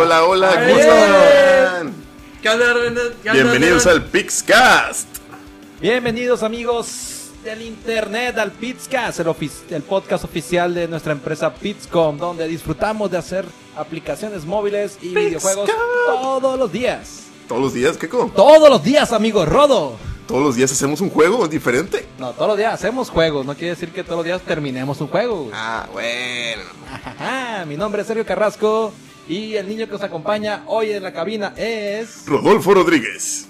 hola, hola, ¿cómo Ay, están? ¿Qué onda, Renan? ¿Qué onda, Bienvenidos Renan? al Pixcast. Bienvenidos amigos del internet al Pizcast, el, ofi- el podcast oficial de nuestra empresa Pizcom, donde disfrutamos de hacer aplicaciones móviles y videojuegos todos los días. Todos los días, Keiko. Todos los días, amigos, Rodo. Todos los días hacemos un juego diferente. No, todos los días hacemos juegos, no quiere decir que todos los días terminemos un juego. güey. Ah, bueno. Ajá, mi nombre es Sergio Carrasco y el niño que os acompaña hoy en la cabina es... Rodolfo Rodríguez.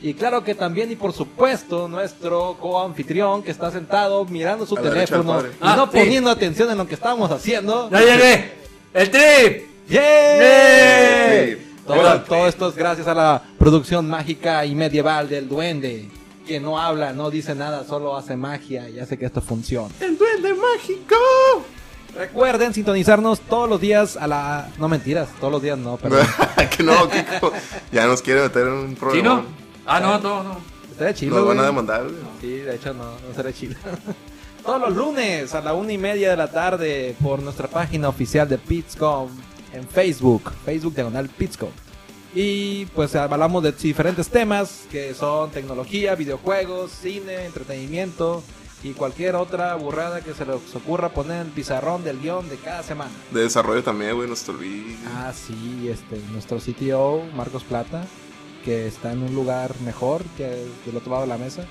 Y claro que también y por supuesto nuestro coanfitrión que está sentado mirando su A la derecha del teléfono padre. y Ah, no sí. poniendo atención en lo que estábamos haciendo. ¡Ya llegué! ¡El trip! ¡Yeah! Sí. Todo, Hola. todo esto es gracias a la producción mágica y medieval del duende, que no habla, no dice nada, solo hace magia y hace que esto funcione. El duende mágico. Recuerden sintonizarnos todos los días a la... No mentiras, todos los días no, perdón. que no, Kiko. Ya nos quiere meter en un problema. ¿Chino? Ah, no, no, no. Estaría chido, Nos van a güey. demandar. güey. Sí, de hecho no, no será chido. Todos los lunes a la una y media de la tarde por nuestra página oficial de Pitscom en Facebook, Facebook diagonal Pitscom. Y pues hablamos de diferentes temas que son tecnología, videojuegos, cine, entretenimiento y cualquier otra burrada que se les ocurra poner en el pizarrón del guión de cada semana. De desarrollo también, güey, no se te olvide. Ah, sí, este, nuestro CTO, Marcos Plata, que está en un lugar mejor que del otro lado de la mesa,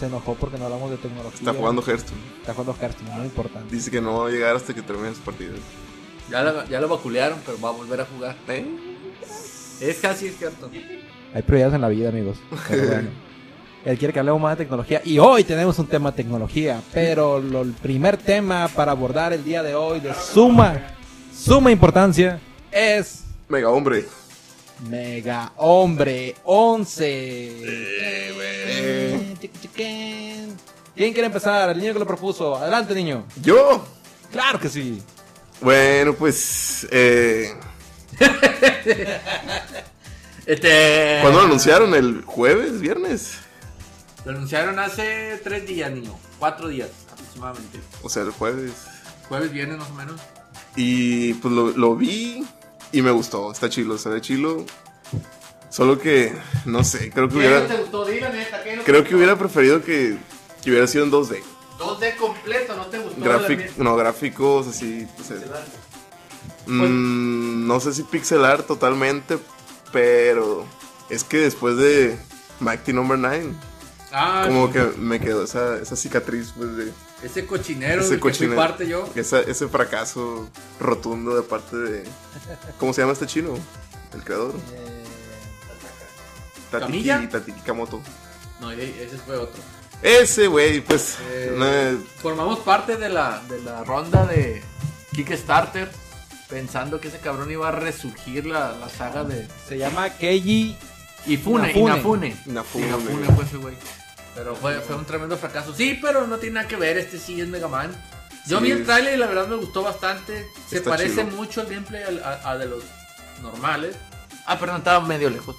se enojó porque no hablamos de tecnología. Está jugando Hearthstone. Está jugando Hearthstone, muy importante. Dice que no va a llegar hasta que termine su partido. Ya la, ya la vaculearon, pero va a volver a jugar. ¿Eh? Es casi cierto. Hay prioridades en la vida, amigos. pero bueno. Él quiere que hablemos más de tecnología. Y hoy tenemos un tema de tecnología. Pero lo- el primer tema para abordar el día de hoy de suma, suma importancia es Mega hombre. Mega Hombre 11. güey. Eh, ¿Quién quiere empezar? El niño que lo propuso. Adelante, niño. Yo. Claro que sí. Bueno, pues. Eh, Este. ¿Cuándo lo anunciaron? ¿El jueves? ¿Viernes? Lo anunciaron hace tres días, niño. Cuatro días aproximadamente. O sea, el jueves. Jueves, viernes más o menos. Y pues lo, lo vi y me gustó. Está chilo, se ve chilo. Solo que, no sé, creo que hubiera, gustó? Dilo, neta, ¿qué no te creo que gustó? hubiera preferido que, que hubiera sido en 2D. 2D completo, no te gustó. Gráfic- no, gráficos así. pues, eh, mm, no sé si pixelar totalmente, pero es que después de Mighty Number 9, Ah, como que me quedó esa, esa cicatriz pues, de ese cochinero ese del que fui cochino. parte yo. esa- ese fracaso rotundo de parte de. ¿Cómo se llama este chino? El creador. Tatiki, ¿Camilla? Tatiki Kamoto. No, e- ese fue otro. Ese güey, pues. Eh, no es- Formamos parte de la, de la ronda de Kickstarter pensando que ese cabrón iba a resurgir la, la saga de Se llama Keiji. Inafune. Inafune. Inafune. Inafune. Inafune fue ese güey. Pero fue, fue un tremendo fracaso. Sí, pero no tiene nada que ver. Este sí es Mega Man. Yo Sí. vi el trailer y la verdad me gustó bastante. Se Está parece chido. mucho el gameplay al- a, a de los normales. Ah, perdón, estaba medio lejos.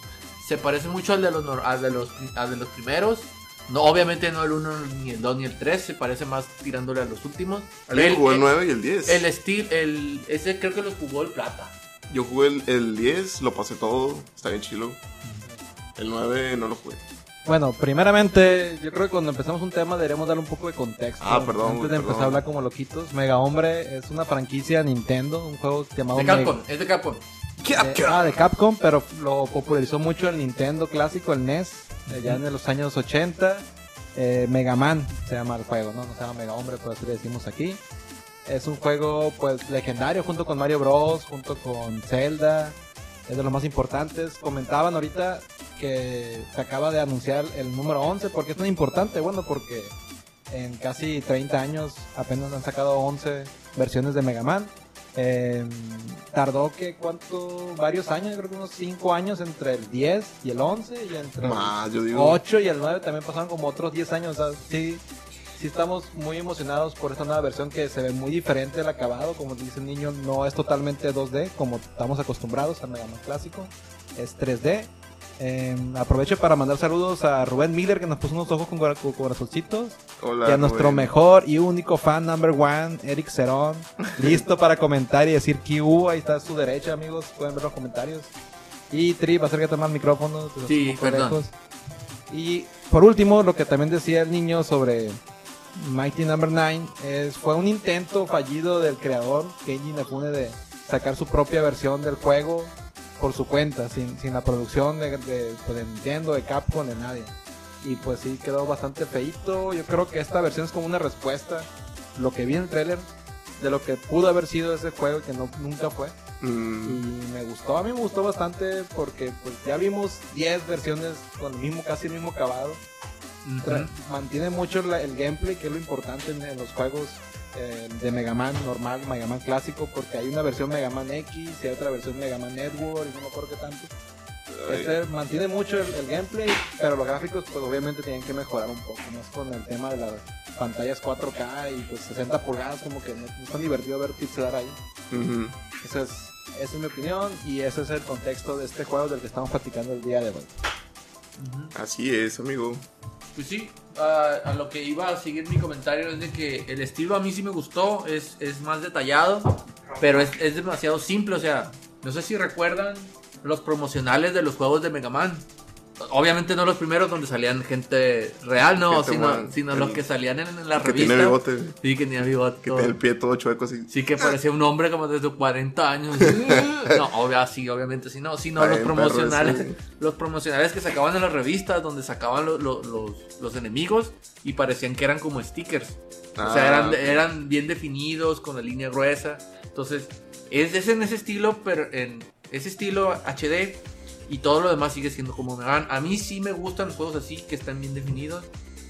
Se parece mucho al de los, nor- al de los, al de los primeros. No, obviamente no el 1, ni el 2, ni el 3. Se parece más tirándole a los últimos. alguien jugó el, el, 9 y el 10. el Steel, el, ese creo que lo jugó el Plata. Yo jugué el, el 10, lo pasé todo, está bien chilo. El 9 no lo jugué. Bueno, primeramente, yo creo que cuando empezamos un tema deberíamos darle un poco de contexto. Ah, perdón, Antes güey, de empezar perdón. a hablar como loquitos, Mega Hombre es una franquicia de Nintendo, un juego llamado De Mega- Capcom, es de Capcom. de- ah, de Capcom, pero lo popularizó mucho el Nintendo clásico, el E NES, allá en los años 80. Eh, Mega Man se llama el juego, ¿no? No se llama Mega Hombre, pero así le decimos aquí. Es un juego, pues, legendario, junto con Mario Bros, junto con Zelda. Es de los más importantes. Comentaban ahorita que se acaba de anunciar el número 11. ¿Por qué es tan importante? Bueno, porque en casi 30 años apenas han sacado 11 versiones de Mega Man. Eh, tardó que cuánto, varios años, creo que unos 5 años entre el 10 y el 11 y entre Más, yo el digo. 8 y el 9 también pasaron como otros 10 años. o sea, sí, sí estamos muy emocionados por esta nueva versión que se ve muy diferente al acabado. Como dice el niño, no es totalmente 2D como estamos acostumbrados al Mega Man clásico. Es 3D Eh, aprovecho para mandar saludos a Rubén Miller que nos puso unos ojos con cora- con corazoncitos. Hola, y a nuestro Rubén. mejor y único fan number one, Eric Cerón, listo para comentar y decir que hubo. Ahí está a su derecha, amigos. Pueden ver los comentarios. Y Trip, acércate más al micrófono. te estás Sí, un poco perdón. Y por último, lo que también decía el niño sobre Mighty Number 9 es, fue un intento fallido del creador, Kenji Inafune, de sacar su propia versión del juego por su cuenta, sin, sin la producción de, de, pues, de Nintendo, de Capcom, de nadie. Y pues sí, quedó bastante feito. Yo creo que esta versión es como una respuesta, lo que vi en el trailer, de lo que pudo haber sido ese juego y que no, nunca fue. Mm, Y me gustó, a mí me gustó bastante porque pues ya vimos 10 versiones con el mismo, casi el mismo acabado. Tra- Mantiene mucho la- el gameplay, que es lo importante en, en los juegos eh, de Mega Man normal, Mega Man clásico, porque hay una versión Mega Man X y hay otra versión Mega Man Network y no me acuerdo qué tanto. Este mantiene mucho el, el gameplay, pero los gráficos pues obviamente tienen que mejorar un poco, más con el tema de las pantallas 4K y pues 60 pulgadas, como que no, no es tan divertido ver pixelar ahí. ujú. Esa es, esa es mi opinión y ese es el contexto de este juego del que estamos platicando el día de hoy. Así es, amigo. Pues sí, a, a lo que iba a seguir mi comentario es de que el estilo a mí sí me gustó, es, es más detallado, pero es, es demasiado simple, o sea, no sé si recuerdan los promocionales de los juegos de Mega Man. Obviamente no los primeros donde salían gente real, no, Gente sino, guan- sino el- los que salían en, en la que revista. tiene bigote. Sí, que tenía bigote. Que tiene el pie todo chueco así. Sí que parecía un hombre como de sus 40 años. No, obvia, sí, obviamente sí, no, sí, no, Está los bien, perro, promocionales, sí. los promocionales que sacaban en las revistas donde sacaban lo- lo- los, los enemigos y parecían que eran como stickers. o sea, Ah, eran, ok. eran bien definidos, con la línea gruesa. Entonces, es, es en ese estilo, pero en ese estilo HD y todo lo demás sigue siendo como Mega Man. A mí sí me gustan los juegos así, que están bien definidos.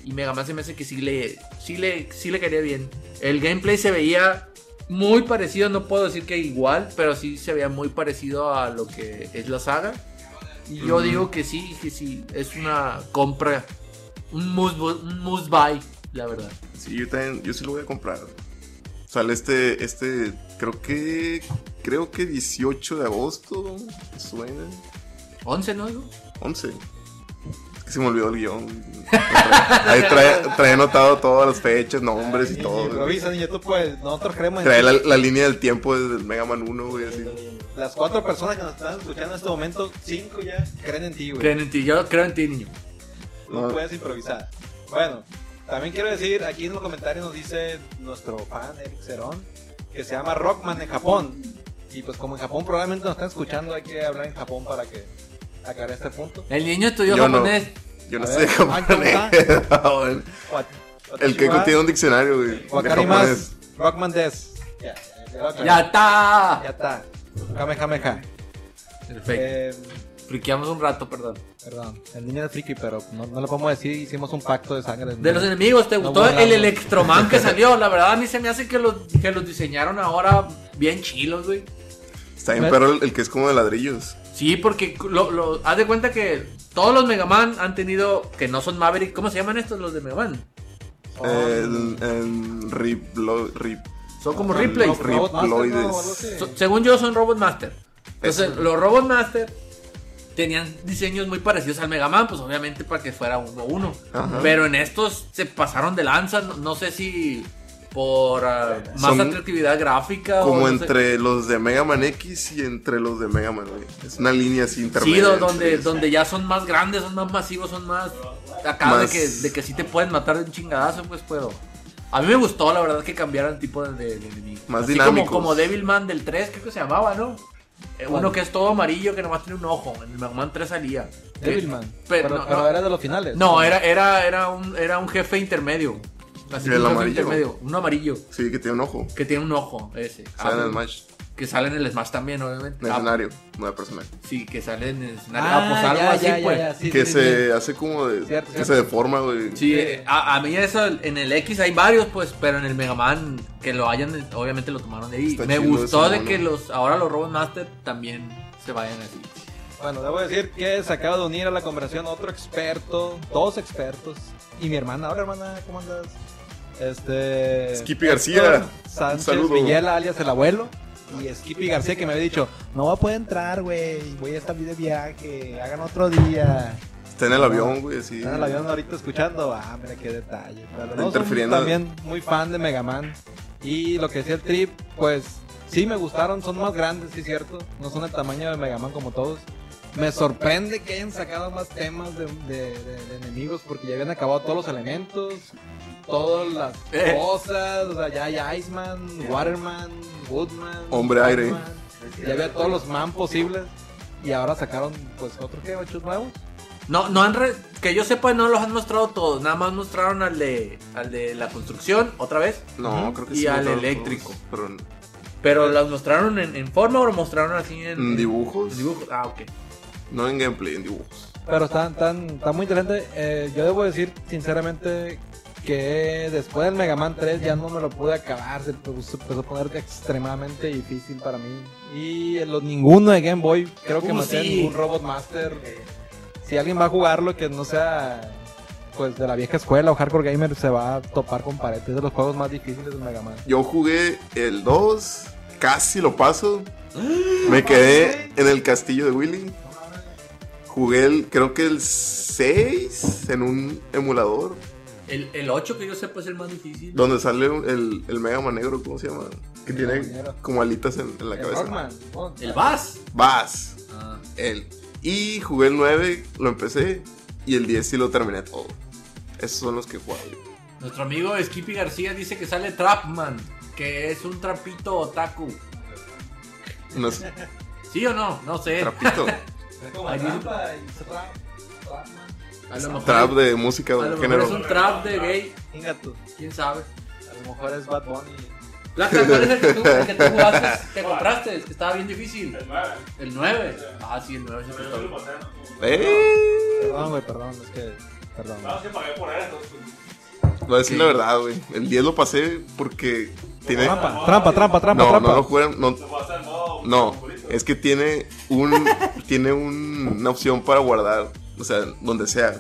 Y Mega Man se me hace que sí le, sí le, sí le caería bien. El gameplay se veía muy parecido, no puedo decir que igual, pero sí se veía muy parecido a lo que es la saga. Y yo digo que sí, que sí, es una compra, un must, bu- un must buy, la verdad. Sí, yo también, yo sí lo voy a comprar. Sale este, este, creo que, creo que 18 de agosto, me suena, 11, ¿no? Digo? 11. Es que se me olvidó el guión. Ahí trae, trae anotado todas las fechas, nombres y Ay, pues. todo. güey. Improvisa, niño, tú puedes. Nosotros creemos en Trae ti. la, la línea del tiempo del Mega Man 1, güey, así. Las cuatro personas que nos están escuchando en este momento, cinco ya creen en ti, güey. Creen en ti, yo creo en ti, niño. No Ah. puedes improvisar. Bueno, también quiero decir, aquí en los comentarios nos dice nuestro fan Eric Cerón, que se llama Rockman en Japón. Y pues como en Japón probablemente nos están escuchando, hay que hablar en Japón para que aclare este punto. El niño estudió Yo no. Eh. japonés. Yo no A sé ver, cómo ah, ¿cómo está? poner. Wat- El que Watashiwa- contiene un diccionario, güey. de japonés. Wakarimas, Rockman Des. Ya, ya, ya lo aclaré. ¡Ya está! Ya está. Kamehameha. Perfecto. Eh, Friqueamos un rato, perdón. perdón, el niño del friki, pero no, no lo podemos decir, hicimos un pacto de sangre. De los enemigos, ¿te No gustó el borramos. Electroman que salió? La verdad, a mí se me hace que los, que los diseñaron ahora bien chilos, güey. Está bien, pero el, el que es como de ladrillos. Sí, porque lo, lo- haz de cuenta que todos los Mega Man han tenido, que no son Maverick, ¿cómo se llaman estos los de Mega Man? Oh, El, el rip, lo- rip. Son como Ah, Ripley. no, Riploides. So- según yo son Robot Master. Entonces, Eso. los Robot Master tenían diseños muy parecidos al Mega Man, pues obviamente para que fuera uno a uno. Ajá. Pero en estos se pasaron de lanza, no, no sé si por ah, más Son atractividad gráfica Como no sé. entre los de Mega Man X y entre los de Mega Man, güey. Es una línea así intermedia. Sí, do- entre donde, ellos. donde ya son más grandes, son más masivos, son más. Acá Más- De, que, de que sí te pueden matar de un chingadazo, pues, pero. A mí me gustó, la verdad, que cambiaran el tipo de, de- de enemigo. Más Así dinámicos. Como, como Devilman del 3, creo que se llamaba, ¿no? Eh, Uno ¿Cuál? que es todo amarillo, que nomás tiene un ojo. En el Mega Man 3 salía. Que- Devilman. Pero, Pero, no, pero no. era de los finales. No, era, era, era, un, era un jefe intermedio. Así ¿Y el un jefe amarillo? intermedio. Un amarillo. Sí, que tiene un ojo. Que tiene un ojo, ese. Sale en Ah, el match. Que sale en el Smash también, obviamente. En el Ah, escenario. Nueva personaje. sí, que sale en el escenario. Ah, Ah, pues algo ya, así, ya, ya, pues. ya, sí, que sí, se sí. hace como de. Cierto, que cierto. se deforma, güey. Sí, eh, a, a mí eso, en el X hay varios, pues, pero en el Mega Man, que lo hayan, obviamente lo tomaron de ahí. Está Me chido gustó ese de mono. que los, ahora los Robot Master también se vayan así. Bueno, debo decir que se acaba de unir a la conversación otro experto, dos expertos, y mi hermana. Hola, hermana, ¿cómo andas? Este. Skippy García. Héctor Sánchez Un saludo. Villela, alias el abuelo. Y Skippy García que me había dicho, no voy a poder entrar, güey, voy a estar de viaje, hagan otro día. Está en el avión, güey, así. Están en el avión ahorita escuchando, ah, mira qué detalle. Pero no, Interfiriendo. soy también muy fan de Mega Man. Y lo que decía el trip, pues sí me gustaron, son más grandes, sí cierto. No son el tamaño de Mega Man como todos. Me sorprende que hayan sacado más temas de, de- de- de enemigos porque ya habían acabado todos los elementos, todas las Eh. cosas, o sea, ya hay Iceman, Waterman, Woodman, Hombre aire. Batman, ya había todos los man posibles y ahora sacaron pues otros que ocho nuevos. No, no han re- que yo sepa no los han mostrado todos, nada más mostraron al de al de la construcción otra vez, No, creo que Y sí. al mataron eléctrico. todos, pero en- pero los mostraron en, en forma o los mostraron así en, en en- dibujos. en dibujos. Ah, ok. No en gameplay, en dibujos. Pero está, tan está muy interesante. Eh, yo debo decir, sinceramente, que después del Mega Man 3 ya no me lo pude acabar. Se puso- se empezó a poner extremadamente difícil para mí. Y los ninguno de Game Boy, creo que Uh, maté sí. ningún Robot Master. Si alguien va a jugarlo que no sea pues de la vieja escuela o hardcore gamer, se va a topar con paredes de los juegos más difíciles del Mega Man. Yo jugué el 2, casi lo paso. Me quedé en el castillo de Willy. Jugué el, creo que el 6 en un emulador. El, el 8 que yo sepa es el más difícil. Donde sale un- el, el Mega Man negro, ¿cómo se llama? Que El tiene Megamanero. como alitas en, en la El cabeza. Rockman. Oh, El Bass. Vas. Ah. El. Y jugué el 9, lo empecé. Y el 10 sí lo terminé todo. Esos son los que jugué. Nuestro amigo Skippy García dice que sale Trapman, que es un trapito otaku. Unos ¿Sí o no? No sé. trapito. como Ahí dice- trampa y se tra- Rockman. A lo mejor, Trap de música a de lo mejor género. es un trap de gay, Inga tú. quién sabe. A lo mejor es Bad Bunny. Plata, ¿cuál es el que tú, el que tú jugaste, te compraste? Es que estaba bien difícil. El 9. El 9. Ah, sí, el 9 es el que Pero yo lo está- pasé. ¿no? ¡Eh! Perdón, güey, perdón, es que. Perdón. Ah. No, es que pagué por él, entonces. pues, Voy a decir Ok. la verdad, güey. El 10 lo pasé porque tiene. Trampa, Trampa, trampa, trampa, trampa, no, trampa. no lo jugué. No, Lo pasé en modo. no. Eh. futbolista. Es que tiene un. tiene un- una opción para guardar. O sea, donde sea.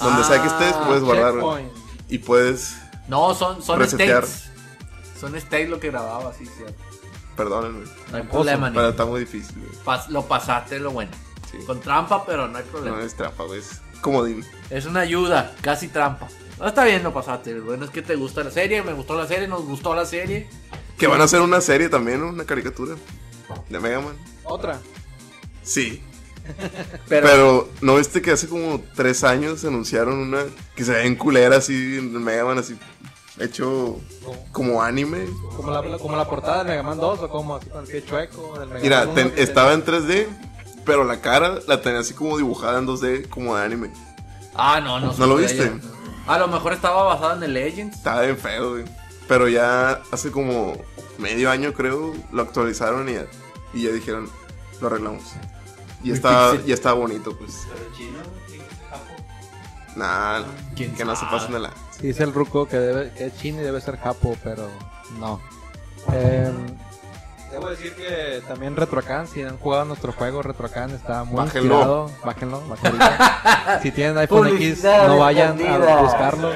Donde sea que estés, Ah, puedes guardar, güey. Checkpoint. Y puedes. No, son, son Resetear. states. Son states lo que grababa, sí, cierto. Perdónenme. No hay problema, Pero ni. está muy difícil, güey. Pas- Lo pasaste, lo bueno. Sí. Con trampa, pero no hay No problema. es trampa, güey. Es comodín. Es una ayuda, casi trampa. No está bien, lo pasaste. Lo bueno es que te gusta la serie, me gustó la serie, nos gustó la serie. Que van a hacer una serie también, ¿no? una caricatura de Mega Man. Otra. Sí. Pero, Pero, no viste que hace como tres años anunciaron una que se ve en culera así, en Mega Man así, hecho como anime. Como la, como la portada del Mega Man 2 o como así con el pie chueco del Mega Man Mira, 1 ten- que estaba en 3D, pero la cara la tenía así como dibujada en 2D, como de anime. ah, no, no. ¿No lo supe viste? de ella. A lo mejor estaba basado en el Legends. Estaba bien feo, güey. Pero ya hace como medio año, creo, lo actualizaron y ya, y ya dijeron, lo arreglamos. Y está, ya está bonito, pues. Pero chino, sí, Japón. Nah, ¿Quién que no se sabe? pasen de la. ten- Dice el Ruco que, debe, que es chino y debe ser japo, pero no. Eh, debo decir que también RetroCan, si han jugado nuestro juego, RetroCan está muy Bájenlo. inspirado. Bájenlo. bájenlo. si tienen iPhone X, Publicidad no vayan a escondida. buscarlo.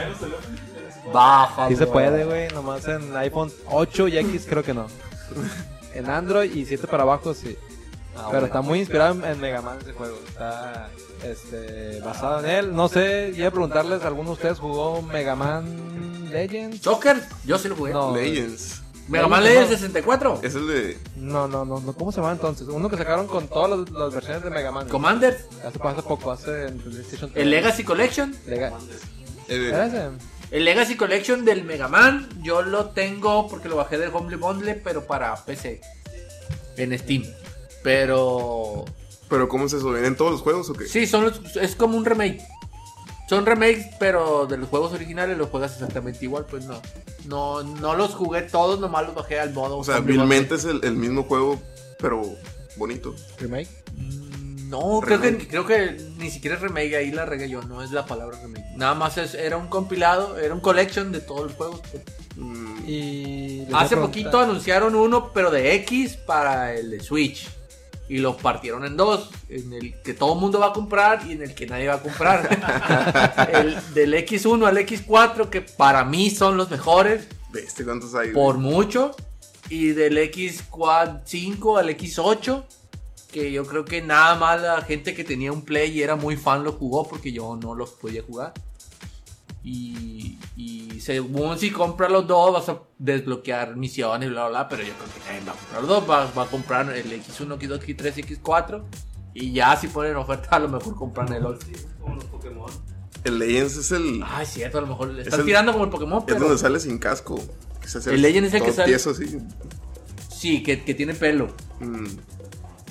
Baja. Sí se güey. puede, güey. Nomás en iPhone 8 y X creo que no. En Android y 7 para abajo sí. Ah, Pero bueno. está muy inspirado en- en Mega Man ese juego. Está este, basado en él. No sé, iba a preguntarles, ¿alguno de ustedes jugó Mega Man Legends? Joker, yo sí lo jugué. No. Legends. Mega Man Legends, Legends 64. Es el de. No, no, no, no. ¿Cómo se llama entonces? Uno que sacaron con todas las, las versiones de Mega Man. Commander. Hace, hace poco, hace en PlayStation El Legacy Collection. Lega- el de- Ah, ¿Era ese? El Legacy Collection del Mega Man. Yo lo tengo porque lo bajé del Humble Bundle, pero para PC. En Steam. Pero Pero ¿cómo es eso? ¿Vienen todos los juegos o qué? Sí, son los- es como un remake. Son remakes, pero de los juegos originales los juegas exactamente igual, pues no. No, no los jugué todos, nomás los bajé al modo. O sea, Humble Bundle. vilmente es el, el mismo juego, pero bonito. ¿Remake? Mm, No, creo que, Remake. creo que ni siquiera es remake, ahí la regué yo, no es la palabra remake. Nada más es, era un compilado, era un collection de todos los juegos. pues. Mm, Y les iba a Hace preguntar- poquito anunciaron uno, pero de X para el de Switch. Y lo partieron en dos, en el que todo el mundo va a comprar y en el que nadie va a comprar. El- del X1 al X4, que para mí son los mejores, ¿Viste cuántos hay? güey? por mucho. Y del X Quad 5 al X8, que yo creo que nada más la gente que tenía un Play y era muy fan lo jugó porque yo no los podía jugar. Y, y según si compras los dos vas a desbloquear misiones, bla, bla, bla, pero yo creo que nadie va a comprar los dos, va, va a comprar el X1, X2, X3, X4 y ya si ponen oferta a lo mejor compran el otro. Como los Pokémon. El Legends es el. Ah, es cierto, a lo mejor le Es están el- tirando como el Pokémon, Es pero donde sale sin casco. Que se hace El Legend es el que todo sale- tieso así. sí, que, que tiene pelo Mm,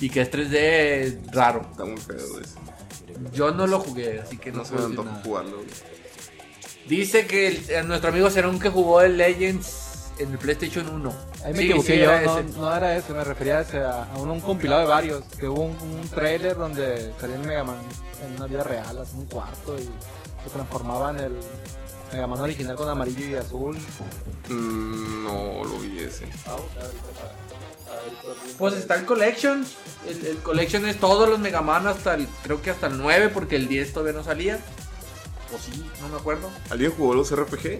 y que es 3D raro. está muy feo ese. Yo no lo jugué, así que no, No se me puedo decir antoja nada. jugarlo. güey. Dice que el- eh, nuestro amigo Serón que jugó el Legends en el PlayStation 1. Ahí me Sí, equivoqué sí, yo, era no, ese. no era ese, me refería a, ese, a- a un, un compilado de varios, que hubo un, un trailer donde salía el Mega Man en una vida real, así un cuarto, y se transformaba en el Mega Man original con amarillo y azul. Mm, no lo vi ese. Pues está el Collection. El, el Collection es todos los Mega Man hasta el, creo que hasta el 9, porque el 10 todavía no salía. O sí, no me acuerdo. ¿Alguien jugó los RPG?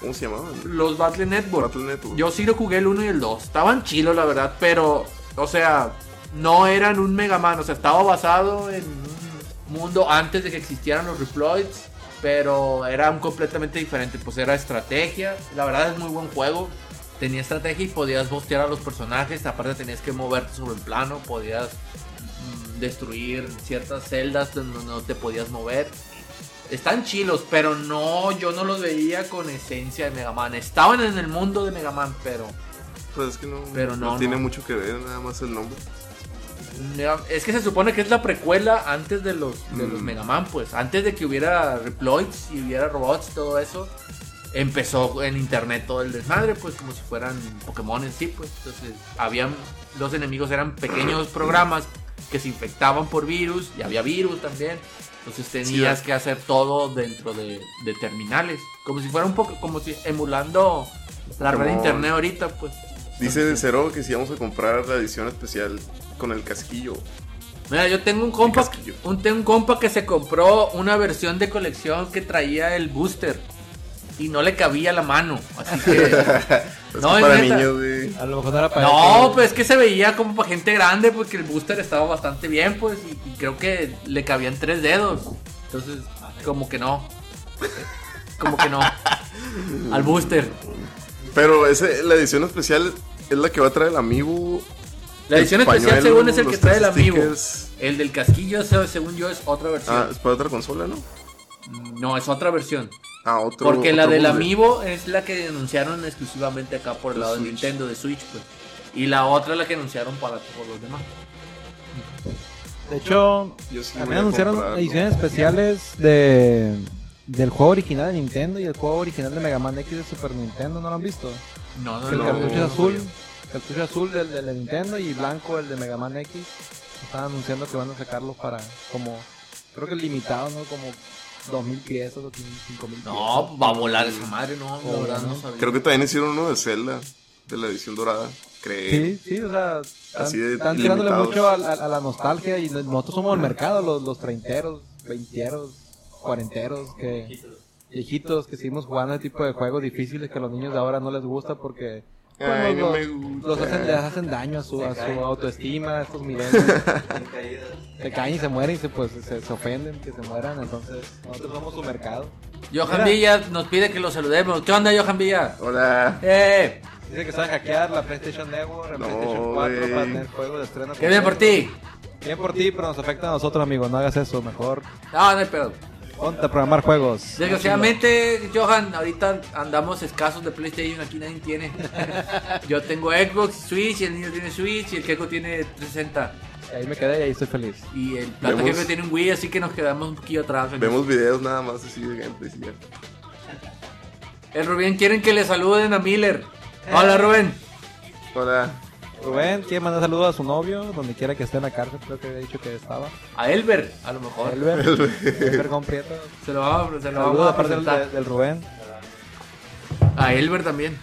¿Cómo se llamaban? Los Battle Network. Battle Network. Yo sí lo jugué el 1 y el 2. Estaban chilos, la verdad, pero, o sea, no eran un Mega Man. O sea, estaba basado en un mundo antes de que existieran los Reploids, pero era un completamente diferente. Pues era estrategia. La verdad es muy buen juego. Tenía estrategia y podías bostear a los personajes. Aparte, tenías que moverte sobre el plano, podías mm, destruir ciertas celdas donde no te podías mover. Están chilos, pero no, yo no los veía con esencia de Mega Man. Estaban en el mundo de Mega Man, pero Pues es que no, Pero no, no tiene no. mucho que ver, nada más el nombre. Mega- es que se supone que es la precuela antes de los, de los Mm. Mega Man, pues. Antes de que hubiera Reploids y hubiera robots y todo eso, empezó en internet todo el desmadre, pues como si fueran Pokémon en sí, pues. Entonces, habían, los enemigos eran pequeños programas que se infectaban por virus y había virus también. Entonces tenías Sí, que hacer todo dentro de, de terminales. Como si fuera un poco, como si emulando la red de Pokémon. internet ahorita, pues. Dice Cero que si vamos a comprar la edición especial con el casquillo. Mira, yo tengo un compa, casquillo. un, tengo un compa que se compró una versión de colección que traía el booster y no le cabía la mano. Así que, Es No, que es para neta. niños, güey. A lo mejor no era para no, eso, pues es que se veía como para gente grande porque el booster estaba bastante bien, pues, y, y creo que le cabían tres dedos. Entonces, como que no. Como que no. Al booster. Pero ese, la edición especial es la que va a traer el amigo. La edición el especial, pañuelo, según es el los que trae el tres amigo. stickers. El del casquillo, se- según yo, es otra Ah, versión. es para otra consola, ¿no? No, es otra versión. Ah, otro. Porque la otro del bundle. amiibo es la que anunciaron exclusivamente acá por De el lado de Switch. Nintendo, de Switch, pues. Y la otra es la que anunciaron para todos los demás. pues, De hecho, Yo sí voy también a anunciaron comprarlo. ediciones especiales de del juego original de Nintendo y el juego original de Mega Man X de Super Nintendo, ¿no lo han visto? No, no, el no. cartucho no, azul, cartucho azul del, del de Nintendo y blanco el de Mega Man X. Están anunciando que van a sacarlos para como creo que limitados, ¿no? Como 2000 piezas o 5000 piezas. No, pues, va a volar esa madre, no, la Oh, verdad no. no sabía. Creo que también hicieron uno de Zelda, de la edición dorada. Creo. Sí, sí, o sea, están, Eh, Así de están tirándole ilimitados. mucho a, a- a la nostalgia y nosotros somos el mercado, los, los treinteros, veinteros, cuarenteros, que viejitos que seguimos jugando ese tipo de juegos difíciles que a los niños de ahora no les gusta porque pues, Ay, no los, me gusta. los hacen, les hacen daño a su, a su autoestima, a estos milenios. En caídas. se caen y se mueren y se, pues, se, se ofenden que se mueran, entonces nosotros somos su mercado. Johan Mira. Villa nos pide que lo saludemos. ¿Qué onda, Johan Villa? Hola. ¡Eh! Dice que saben hackear la PlayStation Network, la No, PlayStation 4 güey. para tener juegos de estreno. ¡Qué bien por ti! Bien por ti, pero nos afecta a nosotros, amigo. No hagas eso, mejor No, no hay pedo. ponte a programar juegos. Desgraciadamente, Johan, ahorita andamos escasos de PlayStation, aquí nadie tiene. Yo tengo Xbox, Switch, el niño tiene Switch y el Keiko tiene 360. Y ahí me quedé y ahí estoy feliz. Y el plato Vemos- que tiene un Wii, así que nos quedamos un poquillo atrás. en Vemos videos nada más así de gameplay. sí, ya. eso. El Rubén quieren que le saluden a Miller. Eh. Hola Rubén. Hola. Rubén, ¿quiere mandar saludos a su novio? Donde quiera que esté en la cárcel, creo que había dicho que estaba. A Elber, a lo mejor. Elber, Elber con Prieto. Se lo vamos, se lo vamos Saludos a aparte del, presentar. del Rubén. A Elber también.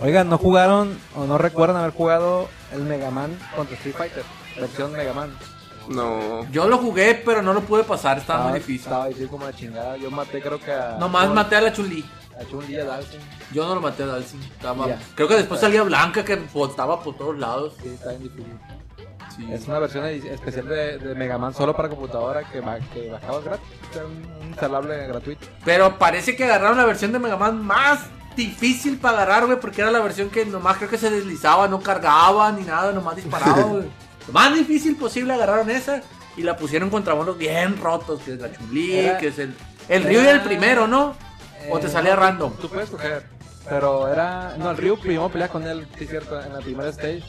Oigan, ¿no jugaron o no recuerdan haber jugado el Mega Man contra Street Fighter? Versión Mega Man. No. Yo lo jugué, pero no lo pude pasar, estaba muy Ah, difícil. Estaba difícil como la chingada. Yo maté creo que a... Nomás por- maté a la Chuli. A Chun-Li, a Dalsim. Yo no lo maté a Dalsim. estaba- Ya. Creo que después salía Blanca que botaba por todos lados. Sí, está bien difícil. Sí. Es una versión edi- especial de, de Mega Man solo para computadora que, ba- que bajabas gratis. Era un un instalable gratuito. Pero parece que agarraron la versión de Mega Man más difícil para agarrar, güey, porque era la versión que nomás creo que se deslizaba, no cargaba ni nada, nomás disparaba, güey. Lo más difícil posible agarraron esa y la pusieron contra monos bien rotos, que es la chulí, Era- que es el... El Ryu era el primero, ¿no? O te Eh, salía no, random. Tú puedes coger. Pero era. No, el Ryu primero peleas con él, sí, cierto, en la primera stage.